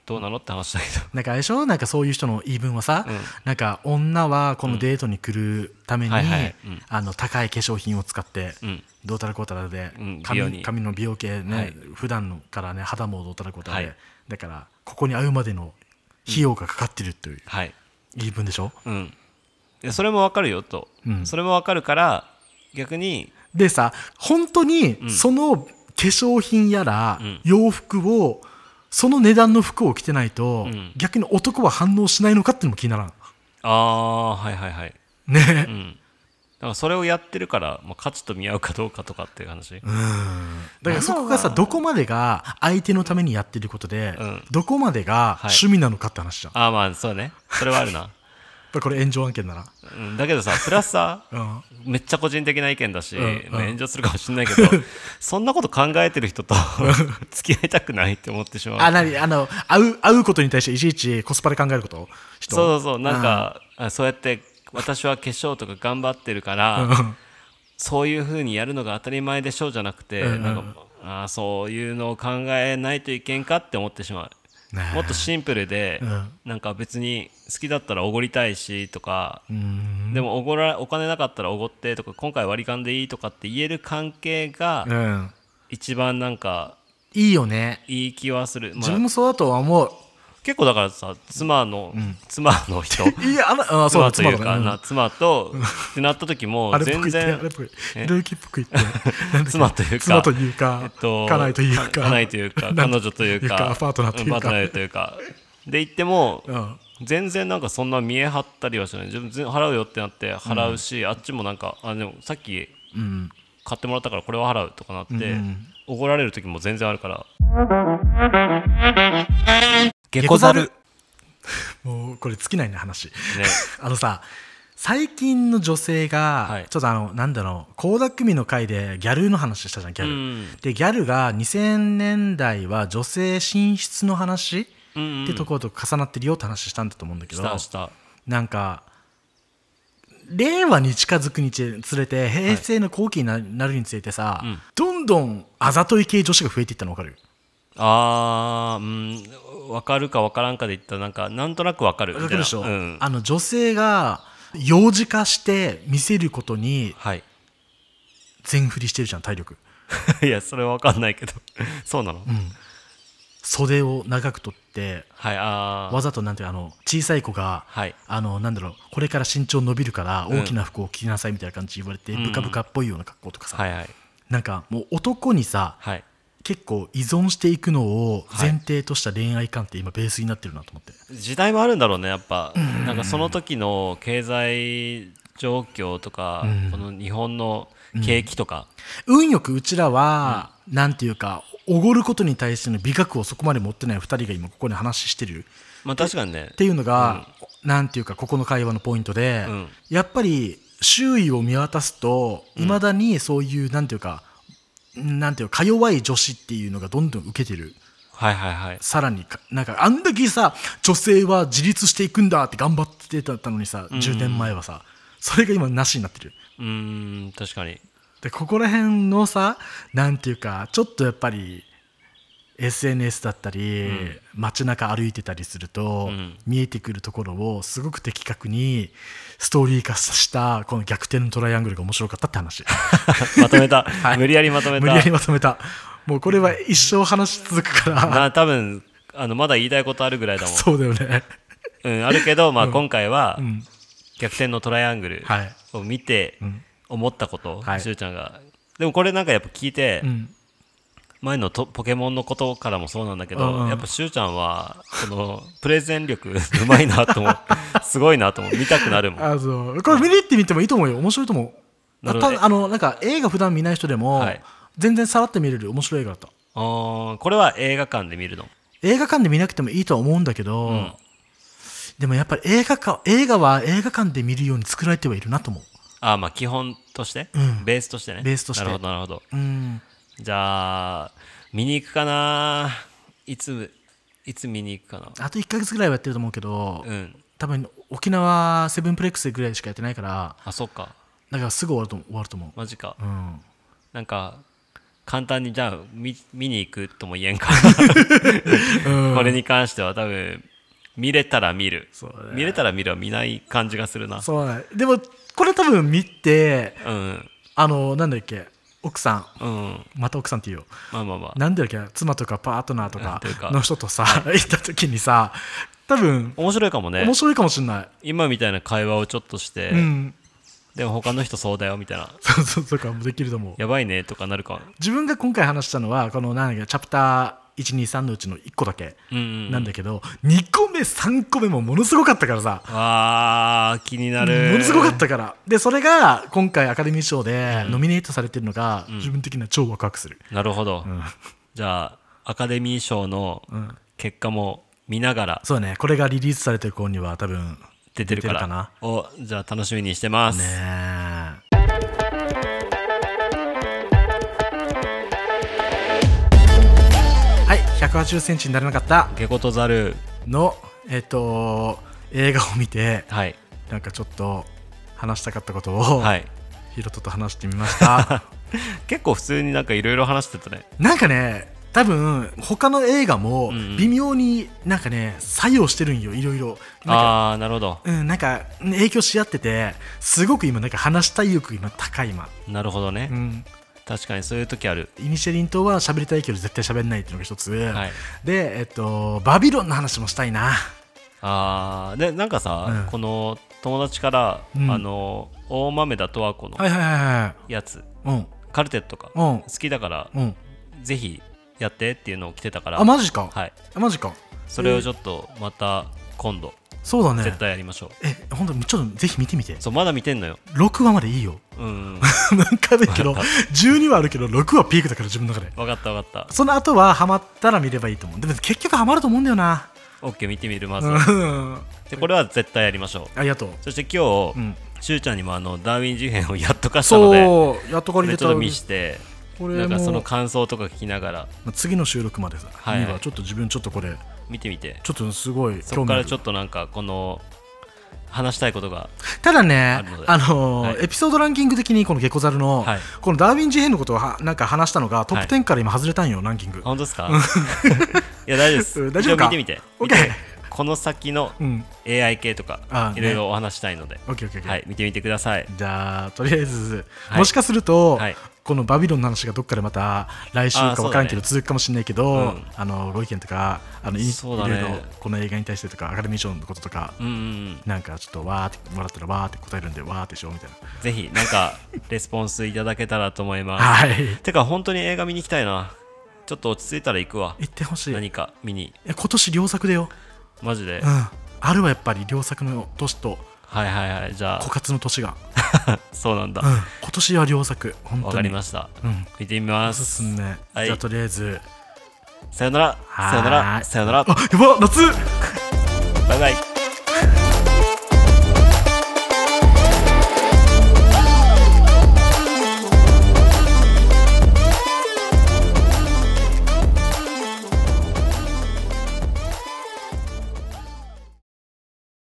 [SPEAKER 2] どうなのって話だけど
[SPEAKER 1] なんかあれでしょなんかそういう人の言い分はさ、
[SPEAKER 2] うん
[SPEAKER 1] なんか女はこのデートに来るために、
[SPEAKER 2] うんはいはいうん
[SPEAKER 1] あの高い化粧品を使って、
[SPEAKER 2] うん
[SPEAKER 1] どうたらこうたらで、
[SPEAKER 2] うん美容
[SPEAKER 1] 髪
[SPEAKER 2] に
[SPEAKER 1] 髪の美容系ね、
[SPEAKER 2] はい
[SPEAKER 1] 普段のからね肌もどうたらこうたらで、
[SPEAKER 2] はい
[SPEAKER 1] だからここに会うまでの費用がかかってるという
[SPEAKER 2] はい
[SPEAKER 1] 言い分でしょ、
[SPEAKER 2] うんいやそれもわかるよと、
[SPEAKER 1] うん
[SPEAKER 2] それもわかるから逆に
[SPEAKER 1] でさ本当にその化粧品やら
[SPEAKER 2] うん
[SPEAKER 1] 洋服をその値段の服を着てないと、
[SPEAKER 2] うん
[SPEAKER 1] 逆に男は反応しないのかっていうのも気にならん
[SPEAKER 2] ああはいはいはい
[SPEAKER 1] ね
[SPEAKER 2] う、んだからそれをやってるから、まあ、価値と見合うかどうかとかっていう話、
[SPEAKER 1] だからそこがさどこまでが相手のためにやってることで、
[SPEAKER 2] うん
[SPEAKER 1] どこまでが
[SPEAKER 2] はい
[SPEAKER 1] 趣味なのかって話じゃん、や
[SPEAKER 2] ああまあそうねそれはあるな、
[SPEAKER 1] っぱこれ炎上案件だな、
[SPEAKER 2] うん、だけどさプラスさ
[SPEAKER 1] うん、
[SPEAKER 2] めっちゃ個人的な意見だし、
[SPEAKER 1] うんうん
[SPEAKER 2] まあ炎上するかもしれないけどそんなこと考えてる人と付き合いたくないって思ってしまう
[SPEAKER 1] あ何あの会う会うことに対していちいちコスパで考えること人
[SPEAKER 2] そうそうそうなんかあそうやって私は化粧とか頑張ってるから、
[SPEAKER 1] うん
[SPEAKER 2] そういうふうにやるのが当たり前でしょうじゃなくて、なんかあーそういうのを考えないといけんかって思ってしまう。
[SPEAKER 1] ねえ
[SPEAKER 2] もっとシンプルで、
[SPEAKER 1] ん
[SPEAKER 2] なんか別に好きだったらおごりたいしとか、
[SPEAKER 1] うん
[SPEAKER 2] でもおごらお金なかったらおごってとか今回割り勘でいいとかって言える関係が
[SPEAKER 1] うん
[SPEAKER 2] 一番なんか
[SPEAKER 1] いいよね
[SPEAKER 2] いい気はする、ま
[SPEAKER 1] 自分
[SPEAKER 2] あ、
[SPEAKER 1] もそうだとは思う
[SPEAKER 2] 結構だからさ妻の、妻の人
[SPEAKER 1] いやあのあ そう
[SPEAKER 2] 妻
[SPEAKER 1] だ
[SPEAKER 2] と
[SPEAKER 1] 妻
[SPEAKER 2] いうか
[SPEAKER 1] だね
[SPEAKER 2] な妻とってなった時も
[SPEAKER 1] あれっぽ
[SPEAKER 2] 全
[SPEAKER 1] く言って、
[SPEAKER 2] 然
[SPEAKER 1] あれっぽく言って、ルーキーっぽく 言って、なんだっけ
[SPEAKER 2] 妻というか
[SPEAKER 1] 妻というか、
[SPEAKER 2] えっと
[SPEAKER 1] 家内というか、
[SPEAKER 2] 家内という
[SPEAKER 1] な
[SPEAKER 2] か
[SPEAKER 1] んだ
[SPEAKER 2] 彼女という
[SPEAKER 1] いう
[SPEAKER 2] か
[SPEAKER 1] かパートナーというか
[SPEAKER 2] んパナーというかで言っても
[SPEAKER 1] うん
[SPEAKER 2] 全然なんかそんな見え張ったりはしない自分全払うよってなって払うし、あっちもなんかあでもさっき
[SPEAKER 1] うん、
[SPEAKER 2] 買ってもらったからこれは払うとかなって
[SPEAKER 1] ん
[SPEAKER 2] 怒、られる時も全然あるから
[SPEAKER 1] 下戸猿もうこれ尽きないね話
[SPEAKER 2] ね
[SPEAKER 1] あのさ最近の女性が、
[SPEAKER 2] はい
[SPEAKER 1] ちょっとあのなんだろう倖田來未の回でギャルの話したじゃんギャ
[SPEAKER 2] う
[SPEAKER 1] ル、
[SPEAKER 2] ん
[SPEAKER 1] でギャルが2000年代は女性進出の話、
[SPEAKER 2] うんうん
[SPEAKER 1] ってところと重なってるよって話したんだと思うんだけ
[SPEAKER 2] し
[SPEAKER 1] ど
[SPEAKER 2] たした
[SPEAKER 1] なんか令和に近づくにつれて平成の後期にななるにつれてさ、
[SPEAKER 2] うん
[SPEAKER 1] どんどんあざとい系女子が増えていったの分かる
[SPEAKER 2] あーうん分かるか分からんかで言ったらなんかなんとなく分かるみ
[SPEAKER 1] 分
[SPEAKER 2] たい
[SPEAKER 1] か
[SPEAKER 2] な
[SPEAKER 1] るでしょ、
[SPEAKER 2] うん、
[SPEAKER 1] あの女性が幼児化して見せることに
[SPEAKER 2] はい
[SPEAKER 1] 全振りしてるじゃん体力
[SPEAKER 2] いやそれは分かんないけど そうなの、
[SPEAKER 1] 袖を長く取って
[SPEAKER 2] はいあー
[SPEAKER 1] わざとなんていうのあの小さい子が、
[SPEAKER 2] はい
[SPEAKER 1] あのなんだろうこれから身長伸びるから
[SPEAKER 2] ん
[SPEAKER 1] 大きな服を着なさいみたいな感じ言われて、
[SPEAKER 2] ん
[SPEAKER 1] ブカブカっぽいような格好とかさ、
[SPEAKER 2] はいはい
[SPEAKER 1] なんかもう男にさ
[SPEAKER 2] はい
[SPEAKER 1] 結構依存していくのを
[SPEAKER 2] はい
[SPEAKER 1] 前提とした恋愛観って今ベースになってるなと思って、
[SPEAKER 2] 時代もあるんだろうねやっぱなんかその時の経済状況とか、この日本の景気とか、
[SPEAKER 1] 運よくうちらは、なんていうかおごることに対しての美学をそこまで持ってない2人が今ここで話してる
[SPEAKER 2] まあ確かにね
[SPEAKER 1] っていうのが、なんていうかここの会話のポイントで、
[SPEAKER 2] うん
[SPEAKER 1] やっぱり周囲を見渡すといまだにそういうなんていうかなんていうのか弱い女子っていうのがどんどん受けてる
[SPEAKER 2] はいはいはい
[SPEAKER 1] さらにかなんかあんだけさ女性は自立していくんだって頑張ってたのにさ、10年前はさそれが今なしになってる
[SPEAKER 2] うーん確かに
[SPEAKER 1] でここら辺のさなんていうかちょっとやっぱり SNS だったり、街中歩いてたりすると、
[SPEAKER 2] ん
[SPEAKER 1] 見えてくるところをすごく的確にストーリー化したこの逆転のトライアングルが面白かったって 話
[SPEAKER 2] まと めた、
[SPEAKER 1] い
[SPEAKER 2] 無理やりまとめた
[SPEAKER 1] 無理やりまとめたもうこれは一生話し続くから
[SPEAKER 2] まあ多分あのまだ言いたいことあるぐらいだもん
[SPEAKER 1] そうだよね
[SPEAKER 2] うん、あるけど、まあ、今回は
[SPEAKER 1] ん
[SPEAKER 2] 逆転のトライアングル
[SPEAKER 1] はい
[SPEAKER 2] を見て思ったこと、
[SPEAKER 1] はい
[SPEAKER 2] しゅうちゃんがでもこれなんかやっぱ聞いて、
[SPEAKER 1] うん
[SPEAKER 2] 前のとポケモンのことからもそうなんだけど、
[SPEAKER 1] うんうん
[SPEAKER 2] やっぱしゅうちゃんはこのプレゼン力うまいな と思うすごいなと思う見たくなるもん
[SPEAKER 1] あそうこれ見に行ってみてもいいと思うよ面白いと思う
[SPEAKER 2] なるほどね
[SPEAKER 1] たあのなんか映画普段見ない人でも、
[SPEAKER 2] はい
[SPEAKER 1] 全然さらって見れる面白い映画だった
[SPEAKER 2] あーこれは映画館で見るの
[SPEAKER 1] 映画館で見なくてもいいとは思うんだけど、
[SPEAKER 2] ん
[SPEAKER 1] でもやっぱり映画か映画は映画館で見るように作られてはいるなと思う
[SPEAKER 2] あーまあ基本として、ベースとしてね
[SPEAKER 1] ベースとして
[SPEAKER 2] なるほどなるほど
[SPEAKER 1] うん
[SPEAKER 2] じゃあ見に行くかないついつ見に行くかな
[SPEAKER 1] あと1ヶ月ぐらいはやってると思うけど、
[SPEAKER 2] うん
[SPEAKER 1] 多分沖縄セブンプレックスぐらいしかやってないから
[SPEAKER 2] あそっか
[SPEAKER 1] だからすぐ終わると思う終わると思う、
[SPEAKER 2] マジか、
[SPEAKER 1] うん、
[SPEAKER 2] なんか簡単にじゃあ見見に行くとも言えんかこれに関しては多分見れたら見る、
[SPEAKER 1] そうだね
[SPEAKER 2] 見れたら見るは見ない感じがするな
[SPEAKER 1] そうだねでもこれ多分見て
[SPEAKER 2] うん
[SPEAKER 1] あのなんだっけ奥さん
[SPEAKER 2] うん
[SPEAKER 1] また奥さんって言うよ
[SPEAKER 2] まあまあまあ
[SPEAKER 1] なんだっけ妻とかパートナーと
[SPEAKER 2] なん
[SPEAKER 1] か
[SPEAKER 2] ていうか
[SPEAKER 1] の人とさ行った時にさ多分
[SPEAKER 2] 面白いかもね
[SPEAKER 1] 面白いかもしんない、
[SPEAKER 2] 今みたいな会話をちょっとして、
[SPEAKER 1] うん
[SPEAKER 2] でも他の人そうだよみたいな
[SPEAKER 1] そうそうそうかもできると思う
[SPEAKER 2] やばいねとかなるか
[SPEAKER 1] 自分が今回話したのはこのなんだっけチャプター123のうちの1個だけ
[SPEAKER 2] うんうん
[SPEAKER 1] なんだけど、2個目3個目もものすごかったからさ
[SPEAKER 2] あー気になる
[SPEAKER 1] ものすごかったからでそれが今回アカデミー賞でノミネートされてるのが自分的には超ワクワクする、
[SPEAKER 2] なるほど、
[SPEAKER 1] ん
[SPEAKER 2] じゃあアカデミー賞の
[SPEAKER 1] ん
[SPEAKER 2] 結果も見ながら
[SPEAKER 1] そうだねこれがリリースされてる頃には多分
[SPEAKER 2] 出てるから
[SPEAKER 1] 出てるかな
[SPEAKER 2] おじゃあ楽しみにしてます、
[SPEAKER 1] ねえはい1 8 0ンチになれなかった
[SPEAKER 2] ゲコとザル
[SPEAKER 1] のえっ、と映画を見て
[SPEAKER 2] はい
[SPEAKER 1] なんかちょっと話したかったことを、
[SPEAKER 2] はい
[SPEAKER 1] ヒロトと話してみました
[SPEAKER 2] 結構普通になんかいろいろ話してたね
[SPEAKER 1] なんかね多分他の映画も
[SPEAKER 2] うんうん
[SPEAKER 1] 微妙になんかね作用してるんよいろいろなんか
[SPEAKER 2] ああーなるほど
[SPEAKER 1] うん、なんかうん影響し合っててすごく今なんか話したい欲今高い今、
[SPEAKER 2] なるほどね、
[SPEAKER 1] うん、
[SPEAKER 2] 確かにそういう時ある
[SPEAKER 1] イニシェリン島は喋りたいけど絶対喋んないっていうのが一つ、
[SPEAKER 2] はい
[SPEAKER 1] で、えっと、バビロンの話もしたいな
[SPEAKER 2] ああでなんかさ、
[SPEAKER 1] うん
[SPEAKER 2] この友達から、
[SPEAKER 1] うん
[SPEAKER 2] あの大豆田十和子の
[SPEAKER 1] はいはいは
[SPEAKER 2] やつ、
[SPEAKER 1] いはい
[SPEAKER 2] カルテットか、
[SPEAKER 1] う
[SPEAKER 2] 好きだから、
[SPEAKER 1] んうん
[SPEAKER 2] ぜひやってっていうのを来てたから
[SPEAKER 1] あマジか、
[SPEAKER 2] はい
[SPEAKER 1] あマジか
[SPEAKER 2] それをちょっとまた今度
[SPEAKER 1] そうだね
[SPEAKER 2] 絶対やりましょう、
[SPEAKER 1] え本当にちょっとぜひ見てみて
[SPEAKER 2] そうまだ見てんのよ
[SPEAKER 1] 6話までいいよ
[SPEAKER 2] うんうん
[SPEAKER 1] なんかある けど12話あるけど6話ピークだから自分の中で
[SPEAKER 2] 分かった分かった
[SPEAKER 1] その後はハマったら見ればいいと思うでも結局ハマると思うんだよな
[SPEAKER 2] OK 見てみるまずは
[SPEAKER 1] うん
[SPEAKER 2] でこれは絶対やりましょう
[SPEAKER 1] ありがとう
[SPEAKER 2] そして今日、
[SPEAKER 1] うん
[SPEAKER 2] しゅうちゃんにもあのダーウィン事変をやっとかしたので
[SPEAKER 1] そうやっとこ
[SPEAKER 2] こ
[SPEAKER 1] れ入
[SPEAKER 2] れ
[SPEAKER 1] れ
[SPEAKER 2] ち
[SPEAKER 1] た
[SPEAKER 2] ょっと見して
[SPEAKER 1] これも
[SPEAKER 2] なんかその感想とか聞きながら
[SPEAKER 1] まあ次の収録までさ、
[SPEAKER 2] はい
[SPEAKER 1] にはちょっと自分ちょっとこれ
[SPEAKER 2] 見てみて
[SPEAKER 1] ちょっとすごい
[SPEAKER 2] そこ
[SPEAKER 1] 興味
[SPEAKER 2] か
[SPEAKER 1] あ
[SPEAKER 2] ら
[SPEAKER 1] る
[SPEAKER 2] ちょっとなんかこの話したいことが
[SPEAKER 1] ただね
[SPEAKER 2] るので
[SPEAKER 1] あのー
[SPEAKER 2] はい
[SPEAKER 1] エピソードランキング的にこのゲコザルの、
[SPEAKER 2] はい
[SPEAKER 1] このダーウィン事変のことをはなんか話したのがトップ10から今外れたんよ、ランキング
[SPEAKER 2] 本当ですか いや大丈夫です
[SPEAKER 1] うん大丈夫か
[SPEAKER 2] 一応見てみて
[SPEAKER 1] OK
[SPEAKER 2] 見てみてこの先の
[SPEAKER 1] うん
[SPEAKER 2] AI 系とか
[SPEAKER 1] あーね
[SPEAKER 2] いろいろお話したいので、
[SPEAKER 1] OKOKOK、
[SPEAKER 2] はい見てみてください
[SPEAKER 1] じゃあとりあえず、
[SPEAKER 2] はい
[SPEAKER 1] もしかすると、
[SPEAKER 2] はい
[SPEAKER 1] このバビロンの話がどっかでまた来週
[SPEAKER 2] あー
[SPEAKER 1] か
[SPEAKER 2] そうだね
[SPEAKER 1] 分からんけど続くかもしれないけど、
[SPEAKER 2] うん
[SPEAKER 1] あのご意見とかあのい,、
[SPEAKER 2] そうだね
[SPEAKER 1] ろいろこの映画に対してとかアカデミー賞のこととか、
[SPEAKER 2] うんうんうん
[SPEAKER 1] なんかちょっとわーってもらったらわーって答えるんでわーってしようみたいな
[SPEAKER 2] ぜひ なんかレスポンスいただけたらと思います、
[SPEAKER 1] はい
[SPEAKER 2] てか本当に映画見に行きたいなちょっと落ち着いたら行くわ
[SPEAKER 1] 行ってほしい
[SPEAKER 2] 何か見に
[SPEAKER 1] いや今年良作だよ、
[SPEAKER 2] マジで、
[SPEAKER 1] うん、あるはやっぱり良作の年と
[SPEAKER 2] はいはいはいじゃ
[SPEAKER 1] 枯
[SPEAKER 2] あ
[SPEAKER 1] 渇の年が、
[SPEAKER 2] そうなんだ
[SPEAKER 1] うん、今年は良作本当
[SPEAKER 2] わ
[SPEAKER 1] に
[SPEAKER 2] かりました、
[SPEAKER 1] うん
[SPEAKER 2] 見てみま
[SPEAKER 1] おす
[SPEAKER 2] す
[SPEAKER 1] すめ、
[SPEAKER 2] はい
[SPEAKER 1] じゃあとりあえず
[SPEAKER 2] さよなら
[SPEAKER 1] はーい
[SPEAKER 2] さよならさよなら
[SPEAKER 1] あやば夏
[SPEAKER 2] バイバイ